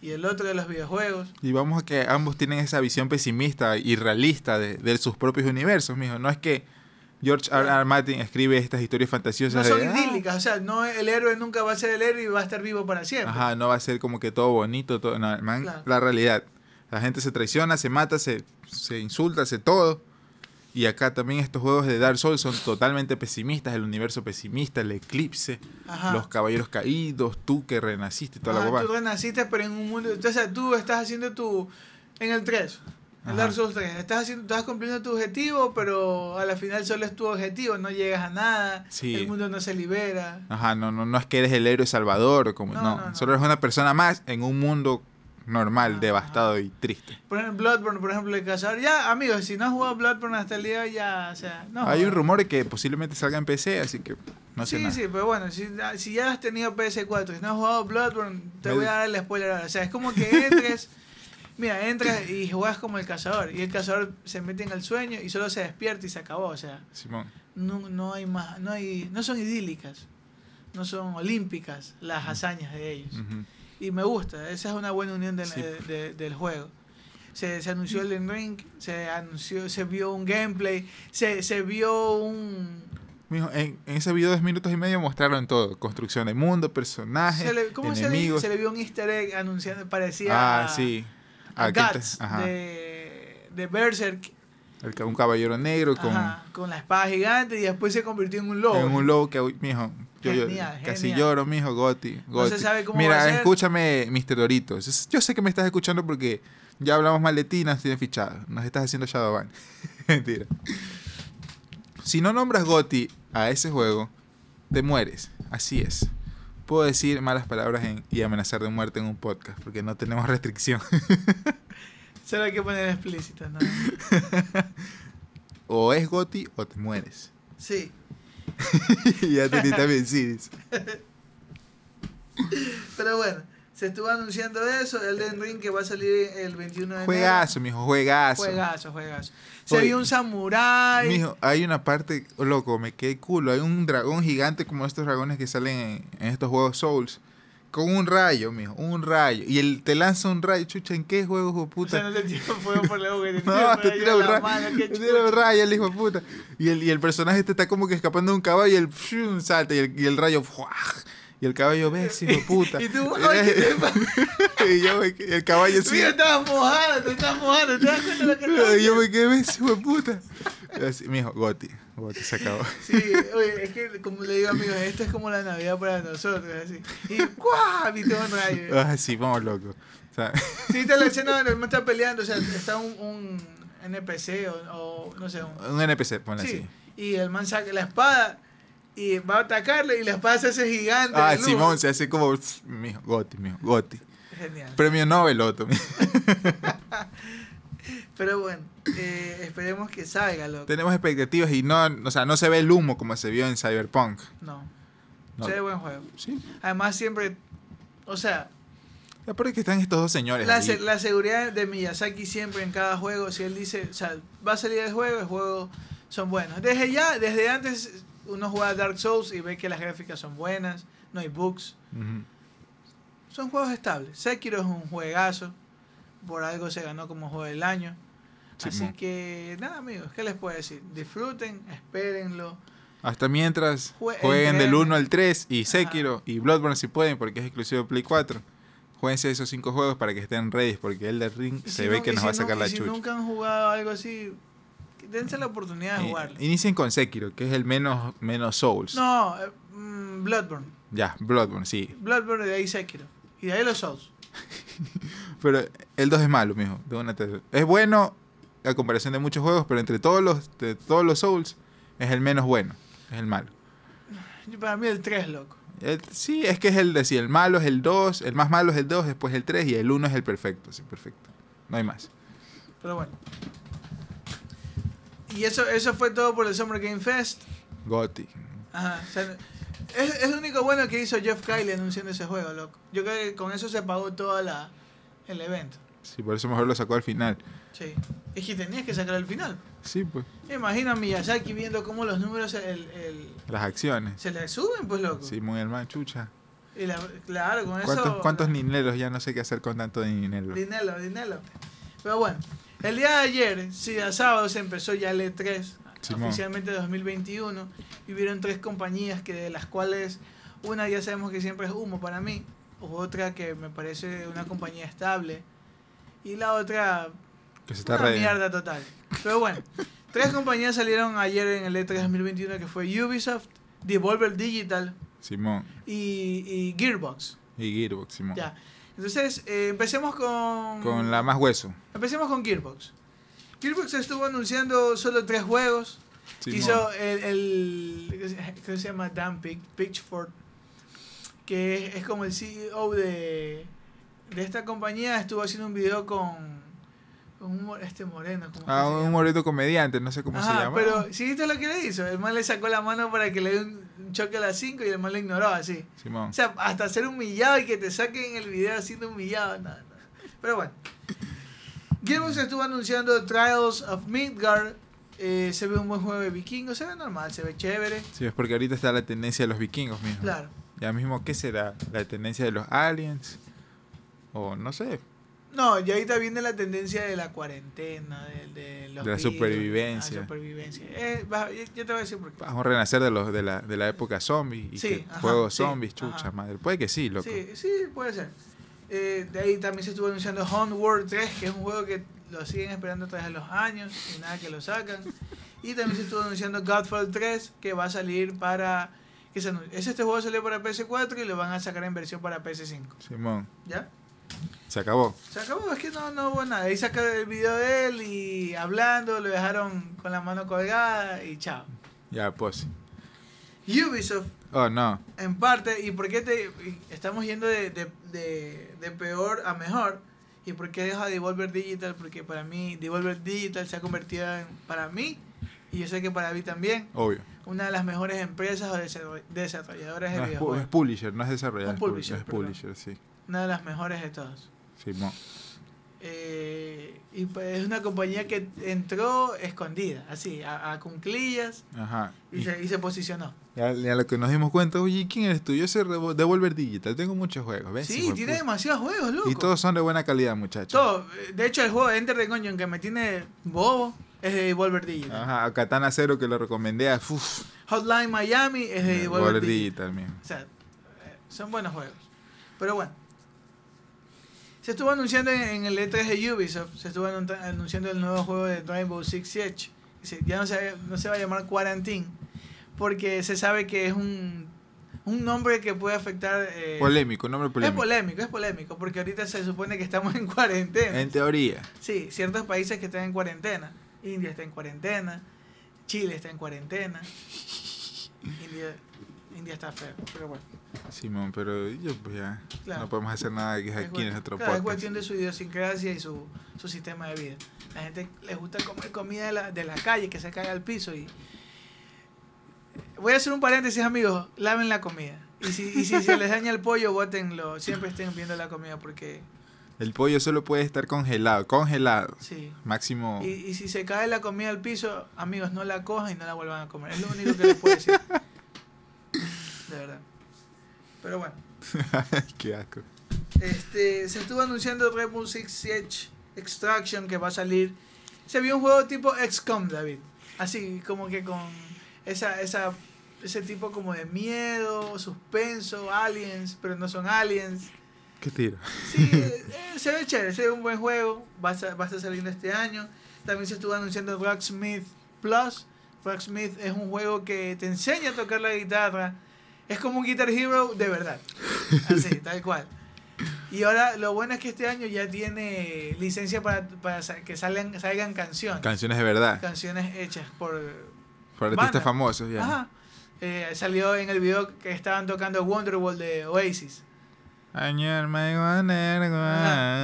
y el otro de los videojuegos. Y vamos a que ambos tienen esa visión pesimista y realista de, de sus propios universos, mijo. No es que George R. R. Martin escribe estas historias No fantasiosas son de, "Ah, idílicas, o sea, no el héroe nunca va a ser el héroe y va a estar vivo para siempre. Ajá, no va a ser como que todo bonito, todo, no, el man, Claro. la realidad. La gente se traiciona, se mata, se, se insulta, se todo. Y acá también estos juegos de Dark Souls son totalmente pesimistas, el universo pesimista, el eclipse, Ajá. los caballeros caídos, tú que renaciste y toda Ajá, la Ah, tú huevada. renaciste, pero en un mundo. Entonces tú estás haciendo tu. En el 3, en Ajá. Dark Souls 3, estás, haciendo, estás cumpliendo tu objetivo, pero a la final solo es tu objetivo, no llegas a nada, Sí. el mundo no se libera. Ajá, no, no, no es que eres el héroe salvador, o como, No, no, no, no. solo eres una persona más en un mundo normal, Ajá. devastado y triste. Por ejemplo, Bloodborne, por ejemplo, el cazador. Ya, amigos, si no has jugado Bloodborne hasta el día, de hoy, ya, o sea, no. Hay un jodas. rumor que posiblemente salga en PC, así que no sé sí, nada. sí, pero bueno, si, si ya has tenido PS4 y no has jugado Bloodborne, te Me- voy a dar el spoiler ahora. O sea, es como que entres, mira, entras y juegas como el cazador. Y el cazador se mete en el sueño y solo se despierta y se acabó. O sea, Simón. no, no hay más, no hay, no son idílicas, no son olímpicas las hazañas de ellos. Ujú. Y me gusta, esa es una buena unión del, Sí. de- de- del juego. Se, se anunció el Elden Ring, se anunció, se vio un gameplay, se, se vio un Mijo, en, en ese video de dos minutos y medio mostraron todo. Construcción de mundo, personajes, se le, ¿cómo se le, Ah, enemigos. se le vio un easter egg anunciando parecía ah, sí. a Ah, que te- Guts ajá. de, de Berserk El ca- un caballero negro con ajá, con la espada gigante y después se convirtió en un lobo. en un lobo que, uy, mijo, yo, yo Genial, casi genial. lloro, mijo, Goti. No se Goti. sabe cómo Mira, va a ser. escúchame, Mr. Doritos. Es- Yo sé que me estás escuchando porque ya hablamos mal de ti y nos tienes fichado. Nos estás haciendo Shadowban. Mentira. Si no nombras Goti a ese juego, te mueres. Así es. Puedo decir malas palabras en- y amenazar de muerte en un podcast porque no tenemos restricción. Solo hay que poner explícito, ¿no? o es Goti o te mueres. Sí. y ya te también sí. dice. Pero bueno, se estuvo anunciando eso, Elden Ring que va a salir el 21 de Juegazo, mijo, juegazo. enero. Juegazo, juegazo. Se Oye. vio un samurái. Mijo, hay una parte, oh, loco, me quedé culo. Hay un dragón gigante como estos dragones que salen en, en estos juegos Souls Con un rayo, mijo, un rayo. Y él te lanza un rayo, chucha, ¿en qué juego, hijo de O sea, puta? no te tira fuego por la boca, te tira No, por te ahí tira a un la rayo, mano, qué te tira un chucha. rayo el hijo de puta. Y el, y el personaje te está como que escapando de un caballo y el salta y el, y el rayo, ¡fua! Y el caballo, ves, hijo de puta. Y tú, ay, ¿qué te pasa? Y yo me quedé- el caballo sí. Mira, estabas mojado, te estabas mojado, te das cuenta de lo que estabas Y yo me quedé, ves, hijo de puta. Así, mijo, Goti, Goti se acabó. Sí, oye, es que como le digo amigos, esto es como la Navidad para nosotros, así. Y ¡cuá! Viste un rayo. Ah, sí, vamos loco. O sea, Sí, está la escena donde el man está peleando, o sea, está un, un NPC o, o no sé, un, un NPC, ponle sí. así. Y el man saca la espada y va a atacarle y la espada se hace gigante. Ah, de luz. Simón se hace como, pss, mijo, Goti, mijo, Goti. Genial. Premio Nobel, Otto. mijo. Pero bueno, eh, esperemos que salga, loco. Tenemos expectativas y no, o sea, no se ve el humo como se vio en Cyberpunk. No, No. se ve buen juego. Sí. Pero es Además, siempre, o sea, que están estos dos señores. La, ahí. se- la seguridad de Miyazaki siempre en cada juego, si él dice, o sea, va a salir el juego, el juego son buenos. Desde ya, desde antes uno juega Dark Souls y ve que las gráficas son buenas, no hay bugs, Ujú. son juegos estables. Sekiro es un juegazo, por algo se ganó como juego del año. Sí, Así mo. que nada amigos, ¿qué les puedo decir? Disfruten, espérenlo. Hasta mientras Jue- jueguen del entrenen. 1 al 3 y Ajá. Sekiro y Bloodborne si pueden porque es exclusivo de Play 4. Jueguense esos cinco juegos para que estén ready porque Elden Ring Y se si ve nu- que y nos si va a nu- sacar y la Si chucha. nunca han jugado algo así, dense la oportunidad de I- jugarlo. Inicien con Sekiro, que es el menos, menos Souls. No, eh, mm, Bloodborne. Ya, Bloodborne, sí. Bloodborne y de ahí Sekiro. Y de ahí los Souls. Pero el 2 es malo, mijo. de una te- Es bueno a comparación de muchos juegos, pero entre todos los, de todos los Souls es el menos bueno. Es el malo. Yo- Para mí el 3, loco. El- sí, es que es el de sí, el malo es el 2, el más malo es el 2, después el 3 y el 1 es el perfecto, sí, perfecto. No hay más. Pero bueno. Y eso, eso fue todo por el Summer Game Fest. Gothic. Ajá. o sea, es, es lo único bueno que hizo Jeff Kylie anunciando ese juego, loco. Yo creo que con eso se pagó toda la el evento. Sí, por eso mejor lo sacó al final. Sí. Es que tenías que sacar al final. Sí, pues. Imagina a Miyazaki viendo cómo los números el- el- Las acciones. se le suben, pues, loco. Sí, muy hermano, chucha. Y la- claro, con eso. ¿Cuántos, cuántos la- dineros? Ya no sé qué hacer con tanto dinero. Dinero, dinero. Pero bueno, el día de ayer, sí, a sábado se empezó ya el E3, Simón. oficialmente 2021, y hubieron tres compañías que de las cuales una ya sabemos que siempre es humo para mí, otra que me parece una compañía estable, y la otra Que se está una re... mierda total. Pero bueno, tres compañías salieron ayer en el E E3 2021 que fue Ubisoft, Devolver Digital Simón. y, y Gearbox. Y Gearbox, Simón. Ya. Entonces, eh, empecemos con... Con la más hueso. Empecemos con Gearbox. Gearbox estuvo anunciando solo tres juegos. Simón. Hizo el, el- ¿Cómo se llama? Dan Pick- Pitchford. Que es, es como el CEO de, de esta compañía. Estuvo haciendo un video con, con un mo- este moreno. ¿cómo es que A se Ah, un llama? morito comediante, no sé cómo Ajá, se llama. pero ¿sí viste lo que le hizo? El man le sacó la mano para que le dé un un choque a las 5 y el man le ignoró así. Simón. O sea, hasta ser humillado y que te saquen el video siendo humillado, no, no. Pero bueno. Gearbox estuvo anunciando Trials of Midgard. eh, se ve un buen juego de vikingos, se ve normal, se ve chévere. Sí, es porque ahorita está la tendencia de los vikingos, mijo. Claro. Ya mismo, ¿qué será? ¿La tendencia de los aliens? O no sé, No, y ahorita viene la tendencia de la cuarentena, de, de los De la virus, supervivencia. Ah, la supervivencia. Eh, va- ya ya te voy a decir por qué. vamos a renacer de, los, de, la, de la época zombie y Sí, que ajá, juegos sí, zombies, ajá. chucha madre. Puede que sí, loco. Sí, sí, puede ser. Eh, de ahí también se estuvo anunciando Homeworld 3, que es un juego que lo siguen esperando tras de los años y nada que lo sacan. Y también se estuvo anunciando Godfall 3, que va a salir para... Que se anun- ese este juego salió para PS4 y lo van a sacar en versión para PS5. Simón, ¿Ya? se acabó. Se acabó, es que no, no hubo nada. Ahí sacaron el video de él y hablando, lo dejaron con la mano colgada y chao. Ya, pues. Ubisoft Oh, no. En parte, ¿y por qué te, y estamos yendo de, de, de- de peor a mejor? ¿Y por qué dejo a Devolver Digital? Porque para mí, Devolver Digital se ha convertido en, para mí, y yo sé que para mí también, Obvio. una de las mejores empresas o desarroll- desarrolladoras de No es, pu- es videojuegos. publisher, no es desarrollador. Un es pub- publisher, Es perdón. publisher, sí. Una de las mejores de todas. Simón. Eh, y pues es una compañía que entró escondida, así, a, a cunclillas Ajá. y, Y se, y se posicionó. ya, ya lo que nos dimos cuenta, oye, ¿quién eres tú? Yo soy Revo- Devolver Digital, tengo muchos juegos, ¿ves? Sí, Hijo de tiene puta. demasiados juegos, loco. Y todos son de buena calidad, muchachos. Todo. De hecho, el juego de Enter the Gungeon que me tiene bobo es de Devolver Digital. Ajá, a Katana Zero que lo recomendé a uf, Hotline Miami es de Devolver Devolver Digital. Digital, mijo. O sea, eh, son buenos juegos. Pero bueno. Se estuvo anunciando en- en el E3 de Ubisoft, se estuvo anun- anunciando el nuevo juego de Rainbow Six Siege. Se- Ya no se, no se va a llamar Quarantine, porque se sabe que es un, un nombre que puede afectar... eh, Polémico, nombre Es polémico. polémico, es polémico, porque ahorita se supone que estamos en cuarentena. En teoría. Sí, ciertos países que están en cuarentena. India está en cuarentena. Chile está en cuarentena. India, India está feo, pero bueno. Simón, pero yo pues ya Claro. no podemos hacer nada que Es es aquí en cuestión- nuestro claro, es podcast. cuestión de su idiosincrasia y su, su sistema de vida. La gente les gusta comer comida de la, de la calle que se cae al piso y... Voy a hacer un paréntesis, amigos. Laven la comida. Y si, y si se les daña el pollo, bótenlo. Siempre estén viendo la comida porque... El pollo solo puede estar congelado, congelado. Sí. Máximo. Y, y si se cae la comida al piso, amigos, no la cojan y no la vuelvan a comer. Es lo único que les puedo decir. De verdad. Pero bueno, Qué asco. este, se estuvo anunciando Rainbow Six Siege Extraction que va a salir. Se vio un juego tipo XCOM, David. Así como que con esa, esa, ese tipo como de miedo, suspenso, aliens, pero no son aliens. Qué tiro. Sí, eh, eh, se ve chévere, se ve un buen juego, va a, sa- va a estar saliendo este año. También se estuvo anunciando Rocksmith Plus. Rocksmith es un juego que te enseña a tocar la guitarra. Es como un Guitar Hero de verdad. Así, tal cual. Y ahora lo bueno es que este año ya tiene licencia para, para sa- que salgan, salgan canciones. Canciones de verdad. canciones hechas por... Para artistas Banda. famosos, ya. Ajá. Eh, salió en el video que estaban tocando Wonderwall de Oasis. Añar, my wanna go.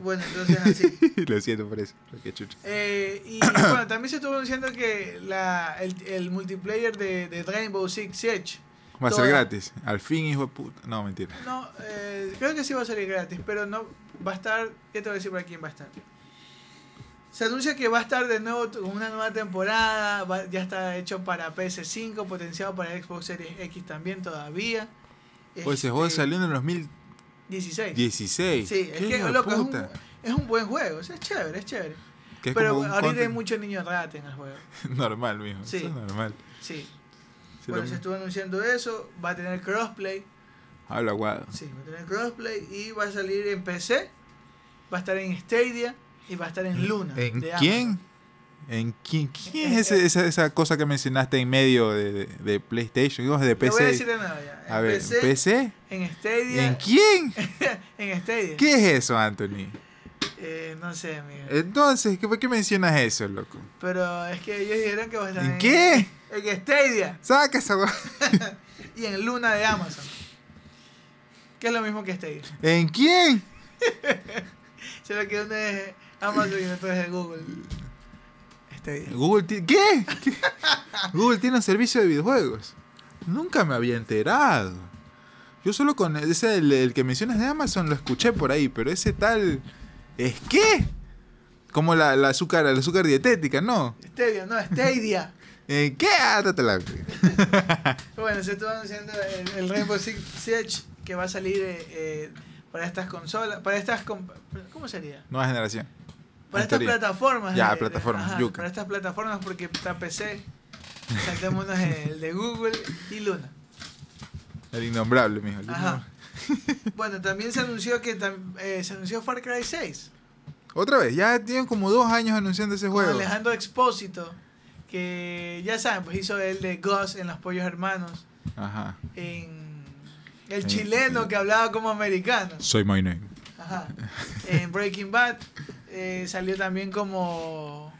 Bueno, entonces así. ah. Lo siento por eso. pero qué chucha. Eh, y bueno, también se estuvo anunciando que la, el, el multiplayer de, de Rainbow Six Siege, Va a ser Toda- gratis. Al fin, hijo de puta. No, mentira. no, eh, creo que sí va a salir gratis, pero no va a estar, ya te voy a decir para quién va a estar. Se anuncia que va a estar de nuevo t- una nueva temporada, va- ya está hecho para PS5, potenciado para Xbox Series X también todavía. Pues ese juego Este, salió en el 2016. 16. Sí, Sí, es que loco, es un, es un buen juego, o sea, es chévere, es chévere. Que es pero como un ahorita hay content- mucho niño rata en el juego. normal, mijo. Sí. Eso es normal. Sí. Sí, Bueno, lo- se estuvo anunciando eso, va a tener crossplay, Habla guado. sí, va a tener crossplay y va a salir en PC, va a estar en Stadia y va a estar en Luna. ¿En de quién? Amazon. ¿En quién? ¿Quién es ese- esa, esa cosa que mencionaste en medio de, de, de PlayStation? Digo, de Te voy a PC. decir de nuevo ya. En a ver, PC, ¿en PC? en ¿Y Stadia. ¿En quién? en Stadia. ¿Qué es eso, Anthony? Eh, no sé, amigo. Entonces, ¿qué- ¿por qué mencionas eso, loco? Pero es que ellos dijeron que va a estar ¿En qué? En Stadia Saca esa gua- y en Luna de Amazon. Que es lo mismo que Stadia. ¿En quién? Solo que uno es Amazon y el otro es de Google. Stadia. Google ti- ¿Qué? ¿Qué? Google tiene un servicio de videojuegos. Nunca me había enterado. Yo solo con ese el, el que mencionas de Amazon lo escuché por ahí, pero ese tal es qué? Como la, la azúcar, la azúcar dietética, ¿no? Stadia, no, Stadia. Eh, ¿Qué? Ah, date la- Bueno, se estuvo anunciando el, el Rainbow Six Siege que va a salir eh, eh, para estas consolas, para estas... com- ¿Cómo sería? Nueva generación. Para En estas teoría. plataformas. Ya, plataformas, yuca. para estas plataformas porque está PC, saltémonos el de Google y Luna. El innombrable, mijo. el Ajá. innombrable. Bueno, también se anunció que tam- eh, se anunció Far Cry 6. Otra vez, ya tienen como dos años anunciando ese Con juego. Alejandro Expósito, que ya saben, pues hizo el de Ghost en Los Pollos Hermanos, Ajá. en el Eh, chileno que hablaba como americano. Soy my name. Ajá. En Breaking Bad eh, salió también como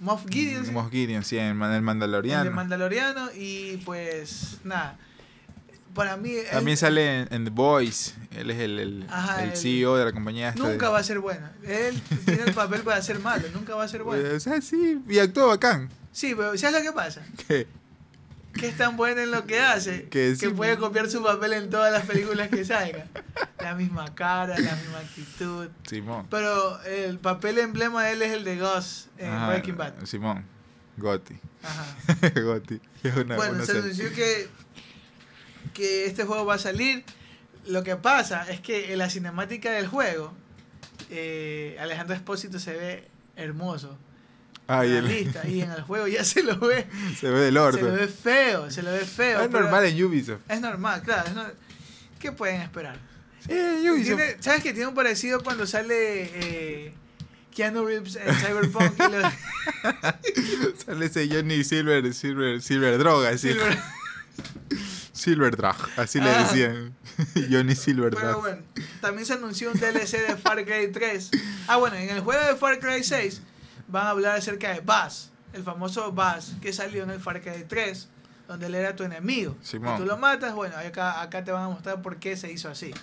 Moff Gideon, Moff Gideon, sí, en Man- el el de Mandaloriano. Mandaloriano y pues nada. Para mí él También sale en, en The Voice. Él es el, el- Ajá, el el- CEO de la compañía. esta nunca de- va a ser bueno. Él tiene el papel para ser malo, nunca va a ser bueno. Eh, O sea, sí, y actúa bacán. Sí, pero ¿sabes lo que pasa? Que Que es tan bueno en lo que hace que, Que sí, puede pues. copiar su papel en todas las películas que salga. la misma cara, la misma actitud. Simón. Pero el papel emblema de él es el de Gus en Ajá, Breaking Bad. Ah, Simón. Gotti. Ajá. Gotti. Es una- Bueno, una se serie. anunció que, que este juego va a salir. Lo que pasa es que en la cinemática del juego, eh, Alejandro Espósito se ve hermoso. Ah, y en la el- lista, y en el juego ya se lo ve. se ve del Se lo orto. ve feo, se lo ve feo. Ah, Es pero normal en Ubisoft. Es normal, claro. es no- ¿Qué pueden esperar? Sí, en Ubisoft. Tiene- ¿Sabes que tiene un parecido cuando sale eh, Keanu Reeves en Cyberpunk y los Sale ese Johnny Silver, Silver, Silver Drog, así. Silver, Silver- Drog, así le Ah. decían. Johnny Silver Pero Drog. bueno, también se anunció un DLC de Far Cry 3. Ah, bueno, en el juego de Far Cry 6 van a hablar acerca de Buzz, el famoso Buzz que salió en el Far Cry 3, donde él era tu enemigo. Simón. Y tú lo matas, bueno, acá, acá te van a mostrar por qué se hizo así.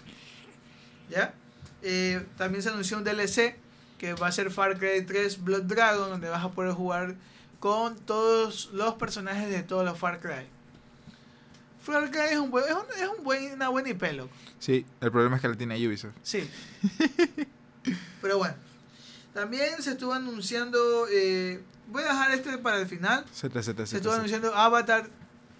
¿Ya? Eh, también se anunció un DLC que va a ser Far Cry 3 Blood Dragon, donde vas a poder jugar con todos los personajes de todos los Far Cry. Far Cry es, un buen, es, un- es un buen, una buena IP, loco. Sí, el problema es que la tiene Ubisoft. Sí. Pero bueno. También se estuvo anunciando. eh, voy a dejar este para el final. Z, Z, Se estuvo Z. anunciando Avatar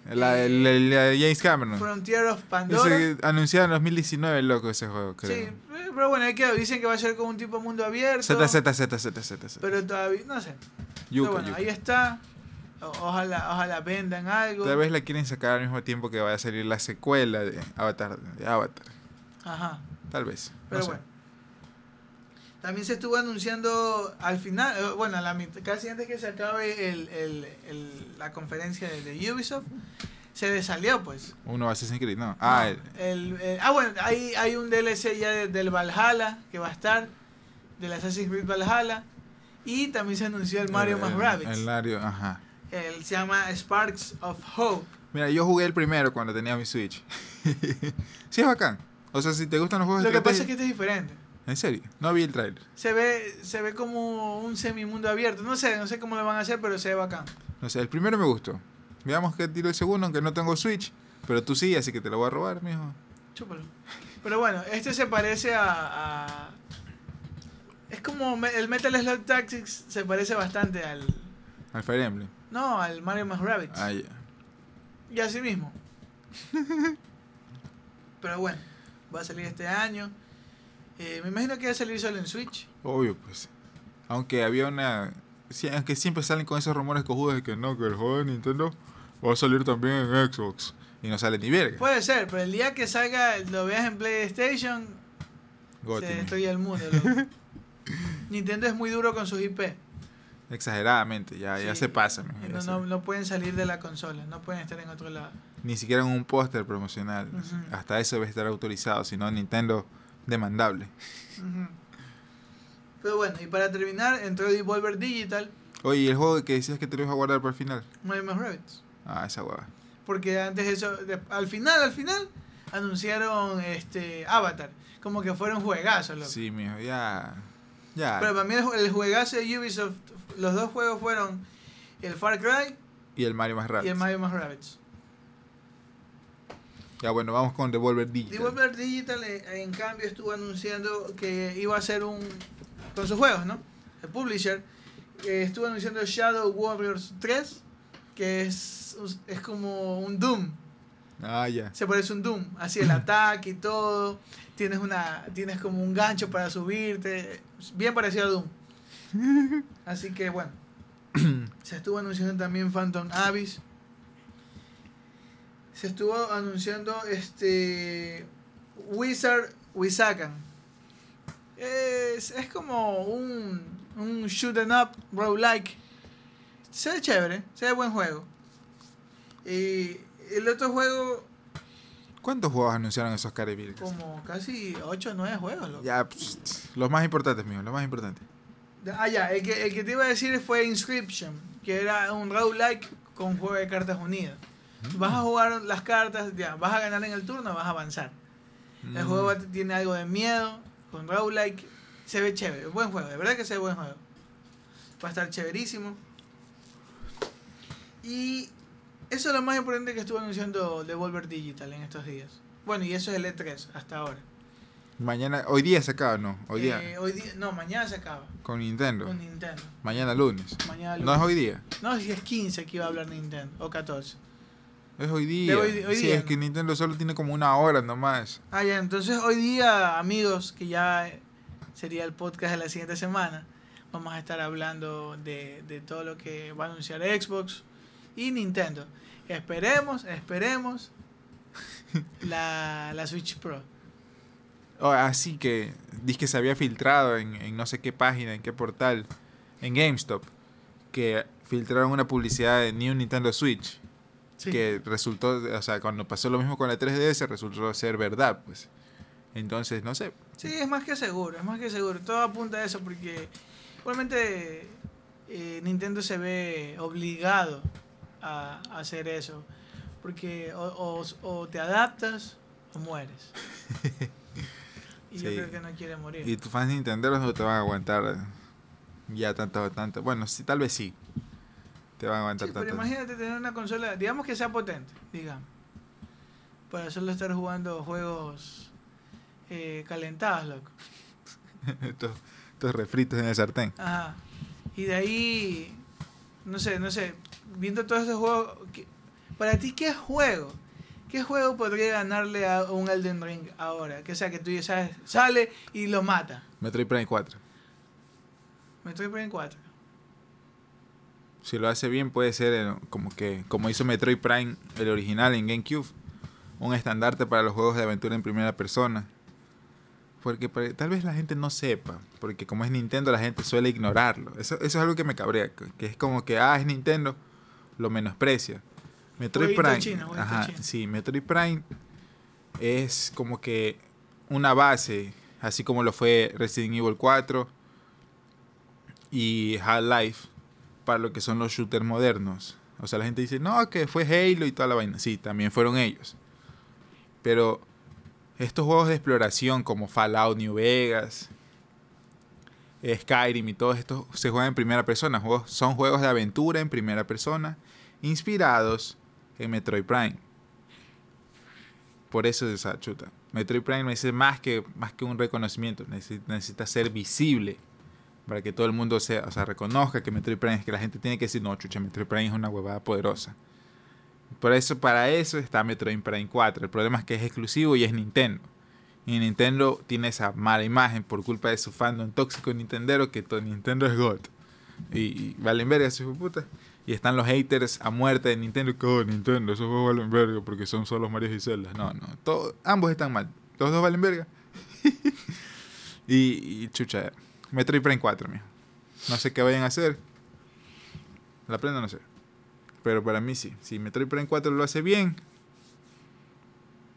La, la- la de James Cameron. Frontier of Pandora. Ese que anunciado en 2019, loco, ese juego, Sí, eh, creo. pero bueno, ahí quedó. Dicen que va a ser con un tipo mundo abierto. Z, Z, Z, Z, Z, Z. Pero todavía, no sé. Yuka, pero bueno, Yuka. ahí está. O- ojalá, ojalá vendan algo. Tal vez la quieren sacar al mismo tiempo que vaya a salir la secuela de Avatar. De Avatar. Ajá. Tal vez. no Pero sé. bueno. También se estuvo anunciando al final, eh, bueno, a la mitad- casi antes que se acabe el- el- el- la conferencia de, de Ubisoft, se le salió pues. Uno va a Assassin's Creed, no. Ah, el- El- el- ah, bueno, hay, hay un DLC ya de- del Valhalla que va a estar, del Assassin's Creed Valhalla, y también se anunció el Mario más el- Rabbids. El Mario, ajá. El- se llama Sparks of Hope. Mira, yo jugué el primero cuando tenía mi Switch. sí, es bacán. O sea, si te gustan los juegos Lo de que pasa es que estrategia- este es diferente. En serio, no vi el trailer. Se ve, se ve como un semimundo abierto. No sé, no sé cómo lo van a hacer, pero se ve bacán. No sé, el primero me gustó. Veamos qué tiro el segundo, aunque no tengo Switch. Pero tú sí, así que te lo voy a robar, mijo. Chúpalo. Pero bueno, este se parece a. a- Es como me- el Metal Slug Tactics se parece bastante al. Al Fire Emblem. No, al Mario más Rabbits. Ah, ya. Y así mismo. Pero bueno, va a salir este año. Eh, me imagino que va a salir solo en Switch. Obvio, pues. Aunque había una. sí, aunque siempre salen con esos rumores cojudos de que no, que el juego de Nintendo va a salir también en Xbox. Y no sale ni verga. Puede ser, pero el día que salga, lo veas en PlayStation, Gotti, se mijo. destruye el mundo. loco. Nintendo es muy duro con sus IP. Exageradamente, ya, Ah, ya Sí, se pasa. mijo, ya No, se- no, no pueden salir de la consola, no pueden estar en otro lado. Ni siquiera en un póster promocional. Ujú. Hasta eso debe estar autorizado, si no, Nintendo demandable. Ujú. Pero bueno, y para terminar, entró Devolver Digital, Oye, ¿y el juego que decías que te lo ibas a guardar para el final? Mario Más Rabbits. Ah, esa hueva. Porque antes de eso, de- al final, al final, anunciaron este Avatar. Como que fueron juegazos, loco. Sí, mijo, ya. Ya. Pero para mí el, ju- el juegazo de Ubisoft, los dos juegos fueron el Far Cry y el Mario más y rápido. el Mario Más Rabbits. Ya, bueno, vamos con Devolver Digital. Devolver Digital, eh, en cambio, estuvo anunciando que iba a hacer un. con sus juegos, ¿no? El publisher. eh, estuvo anunciando Shadow Warriors 3, que es, es como un Doom. Ah, ya. Se parece a un Doom. Así el ataque y todo. Tienes, una, tienes como un gancho para subirte. Bien parecido a Doom. Así que bueno. Se estuvo anunciando también Phantom Abyss. Se estuvo anunciando este Wizard Wisakan. Es, es como un, un shoot 'em up, roguelike. Se ve chévere, se ve buen juego. Y el otro juego ¿Cuántos juegos anunciaron esos caribiles? como casi 8 o 9 juegos. loco. Ya, pss, los más importantes, mijo, los más importantes. Ah, ya, el que, el que te iba a decir fue Inscription, que era un roguelike con juego de cartas unidas. Vas Mm. a jugar las cartas, ya, vas a ganar en el turno, vas a avanzar. El Mm. juego va- tiene algo de miedo, con roguelike, se ve chévere, buen juego, de verdad que se ve buen juego. Va a estar chéverísimo. Y eso es lo más importante que estuvo anunciando Devolver Digital en estos días. Bueno, y eso es el E3 hasta E ahora. Mañana, hoy día se acaba, no. Hoy día. Eh, hoy día- no, mañana se acaba. con Nintendo. Con Nintendo. Mañana lunes. Mañana No lunes. es hoy día. No, si es 15 que iba a hablar Nintendo. O 14. Es hoy día. hoy- hoy sí, día, es que ¿no? Nintendo solo tiene como una hora nomás. Ah, ya, entonces hoy día, amigos, que ya eh, sería el podcast de la siguiente semana, vamos a estar hablando de, de todo lo que va a anunciar Xbox y Nintendo. Esperemos, esperemos la, la Switch Pro. Oh, así que, dice que se había filtrado en, en no sé qué página, en qué portal, en GameStop, que filtraron una publicidad de New Nintendo Switch. Sí. que resultó, o sea, cuando pasó lo mismo con la 3DS, resultó ser verdad, pues. Entonces, no sé. Sí, es más que seguro, es más que seguro. Todo apunta a eso porque igualmente eh, Nintendo se ve obligado a, a hacer eso. Porque o, o- o te adaptas o mueres. Y yo Sí. creo que no quiere morir. Y tus fans de Nintendo no te van a aguantar ya tanto, tanto. Bueno, sí, tal vez sí. Te van a Sí, aguantar pero tanto. imagínate tener una consola, digamos que sea potente, digamos. Para solo estar jugando juegos eh, calentados, loco. estos, estos refritos en el sartén. Ajá. Y de ahí, no sé, no sé, viendo todos esos juegos, ¿qué- para ti, ¿qué juego? ¿Qué juego podría ganarle a un Elden Ring ahora? Que sea que tú ya sabes, sale y lo mata. Metroid Prime 4. Metroid Prime 4. Si lo hace bien, puede ser eh, como que como hizo Metroid Prime, el original en GameCube, un estandarte para los juegos de aventura en primera persona. Porque pare- tal vez la gente no sepa, porque como es Nintendo, la gente suele ignorarlo. Eso, eso es algo que me cabrea, que que es como que, ah, es Nintendo, lo menosprecia. Metroid Jueguito Prime. chino, jueguito ajá, chino. sí, Metroid Prime es como que una base, así como lo fue Resident Evil 4 y Half-Life, para lo que son los shooters modernos. O sea, la gente dice, no, que fue Halo y toda la vaina. Sí, también fueron ellos. Pero estos juegos de exploración como Fallout New Vegas, Skyrim y todos estos se juegan en primera persona. Juegos- son juegos de aventura en primera persona inspirados en Metroid Prime. Por eso esa chuta. Metroid Prime necesita más que, más que un reconocimiento, necesita, necesita ser visible para que todo el mundo sea, o sea, reconozca que Metroid Prime es que la gente tiene que decir, no, chucha, Metroid Prime es una huevada poderosa. Por eso, para eso está Metroid Prime 4. El problema es que es exclusivo y es Nintendo. Y Nintendo tiene esa mala imagen por culpa de su fandom tóxico nintendero que todo Nintendo es God. Y, y valen verga esos hijos de puta. Y están los haters a muerte de Nintendo. Que oh, Nintendo, esos juegos valen verga porque son solo Mario y Zelda. No, no. todo- ambos están mal. Los dos valen verga. y, y chucha. Metroid Prime 4, mijo. No sé qué vayan a hacer. La prenda no sé. Pero para mí sí. Si Metroid Prime 4 lo hace bien.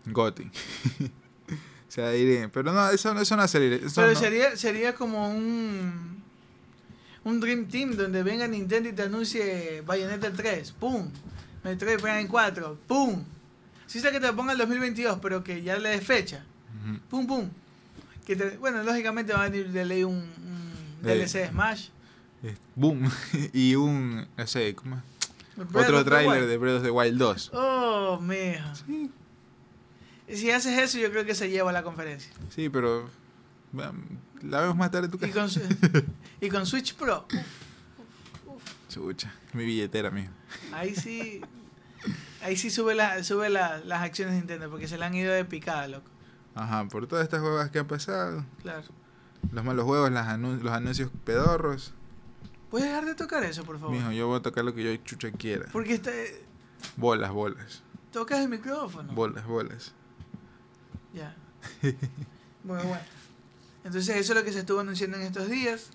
Goti. o sea, iré. Pero no, eso, no- eso no sería. Eso Pero no. sería, sería como un, un Dream Team donde venga Nintendo y te anuncie Bayonetta 3, ¡pum! Metroid Prime 4, ¡pum! Si sea que te lo ponga el 2022, pero que ya le des fecha. Ujú. pum pum que te- bueno lógicamente va a venir de ley un, un Eh, DLC de Smash Es- Boom. y un. No sé, ¿cómo es? Breath of Otro the tráiler Wild. de Breath of the Wild 2. pues, oh mijo Y si haces eso yo creo que se lleva a la conferencia Sí, pero. bueno, La vemos más tarde en tu y casa. con, su- y con Switch Pro Chucha, mi billetera, mijo. ahí sí ahí sí sube la, sube la- las acciones de Nintendo porque se le han ido de picada loco Ajá, por todas estas huevas que han pasado. claro Los malos juegos, las anun- los anuncios pedorros. puedes dejar de tocar eso por favor Mijo, yo voy a tocar lo que yo chucha quiera. porque está- eh, Bolas, bolas. tocas el micrófono Bolas, bolas. Ya. Muy bueno. Entonces eso es lo que se estuvo anunciando en estos días.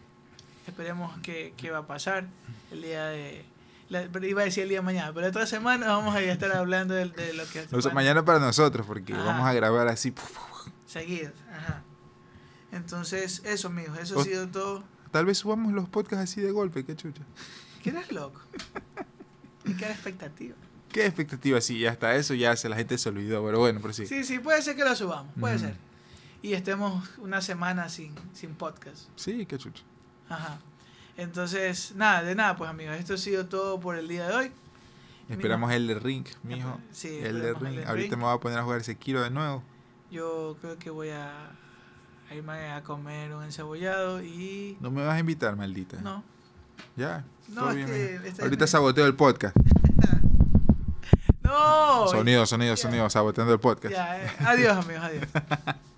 Esperemos que, que va a pasar el día de... la- pero iba a decir el día de mañana, pero otra semana vamos a ya estar hablando de, de lo que... O sea, mañana para nosotros, porque Ajá. vamos a grabar así. puf, puf. Seguido. Ajá. Entonces, eso, amigos. Eso O- ha sido todo. Tal vez subamos los podcasts así de golpe, qué chucha. ¿Qué eres loco? Hay que dar expectativa. Qué expectativa, sí, ya está. Eso ya se, la gente se olvidó, pero bueno, pero sí. Sí, sí, puede ser que lo subamos. Puede Ujú. ser. Y estemos una semana sin, sin podcast. Sí, qué chucha. Ajá. Entonces, nada, de nada, pues amigos, esto ha sido todo por el día de hoy. Esperamos el de Ring, mijo. Sí, el esperamos de el Ring. de Ahorita Ring. me voy a poner a jugar Sekiro de nuevo. Yo creo que voy a Ahí me voy a comer un encebollado y... No me vas a invitar, maldita. No. Ya. No, todo es bien, que mijo. este- Ahorita saboteo el podcast. ¡No! sonido, sonido, ya. sonido, saboteando el podcast. Ya, eh. Adiós, amigos, adiós.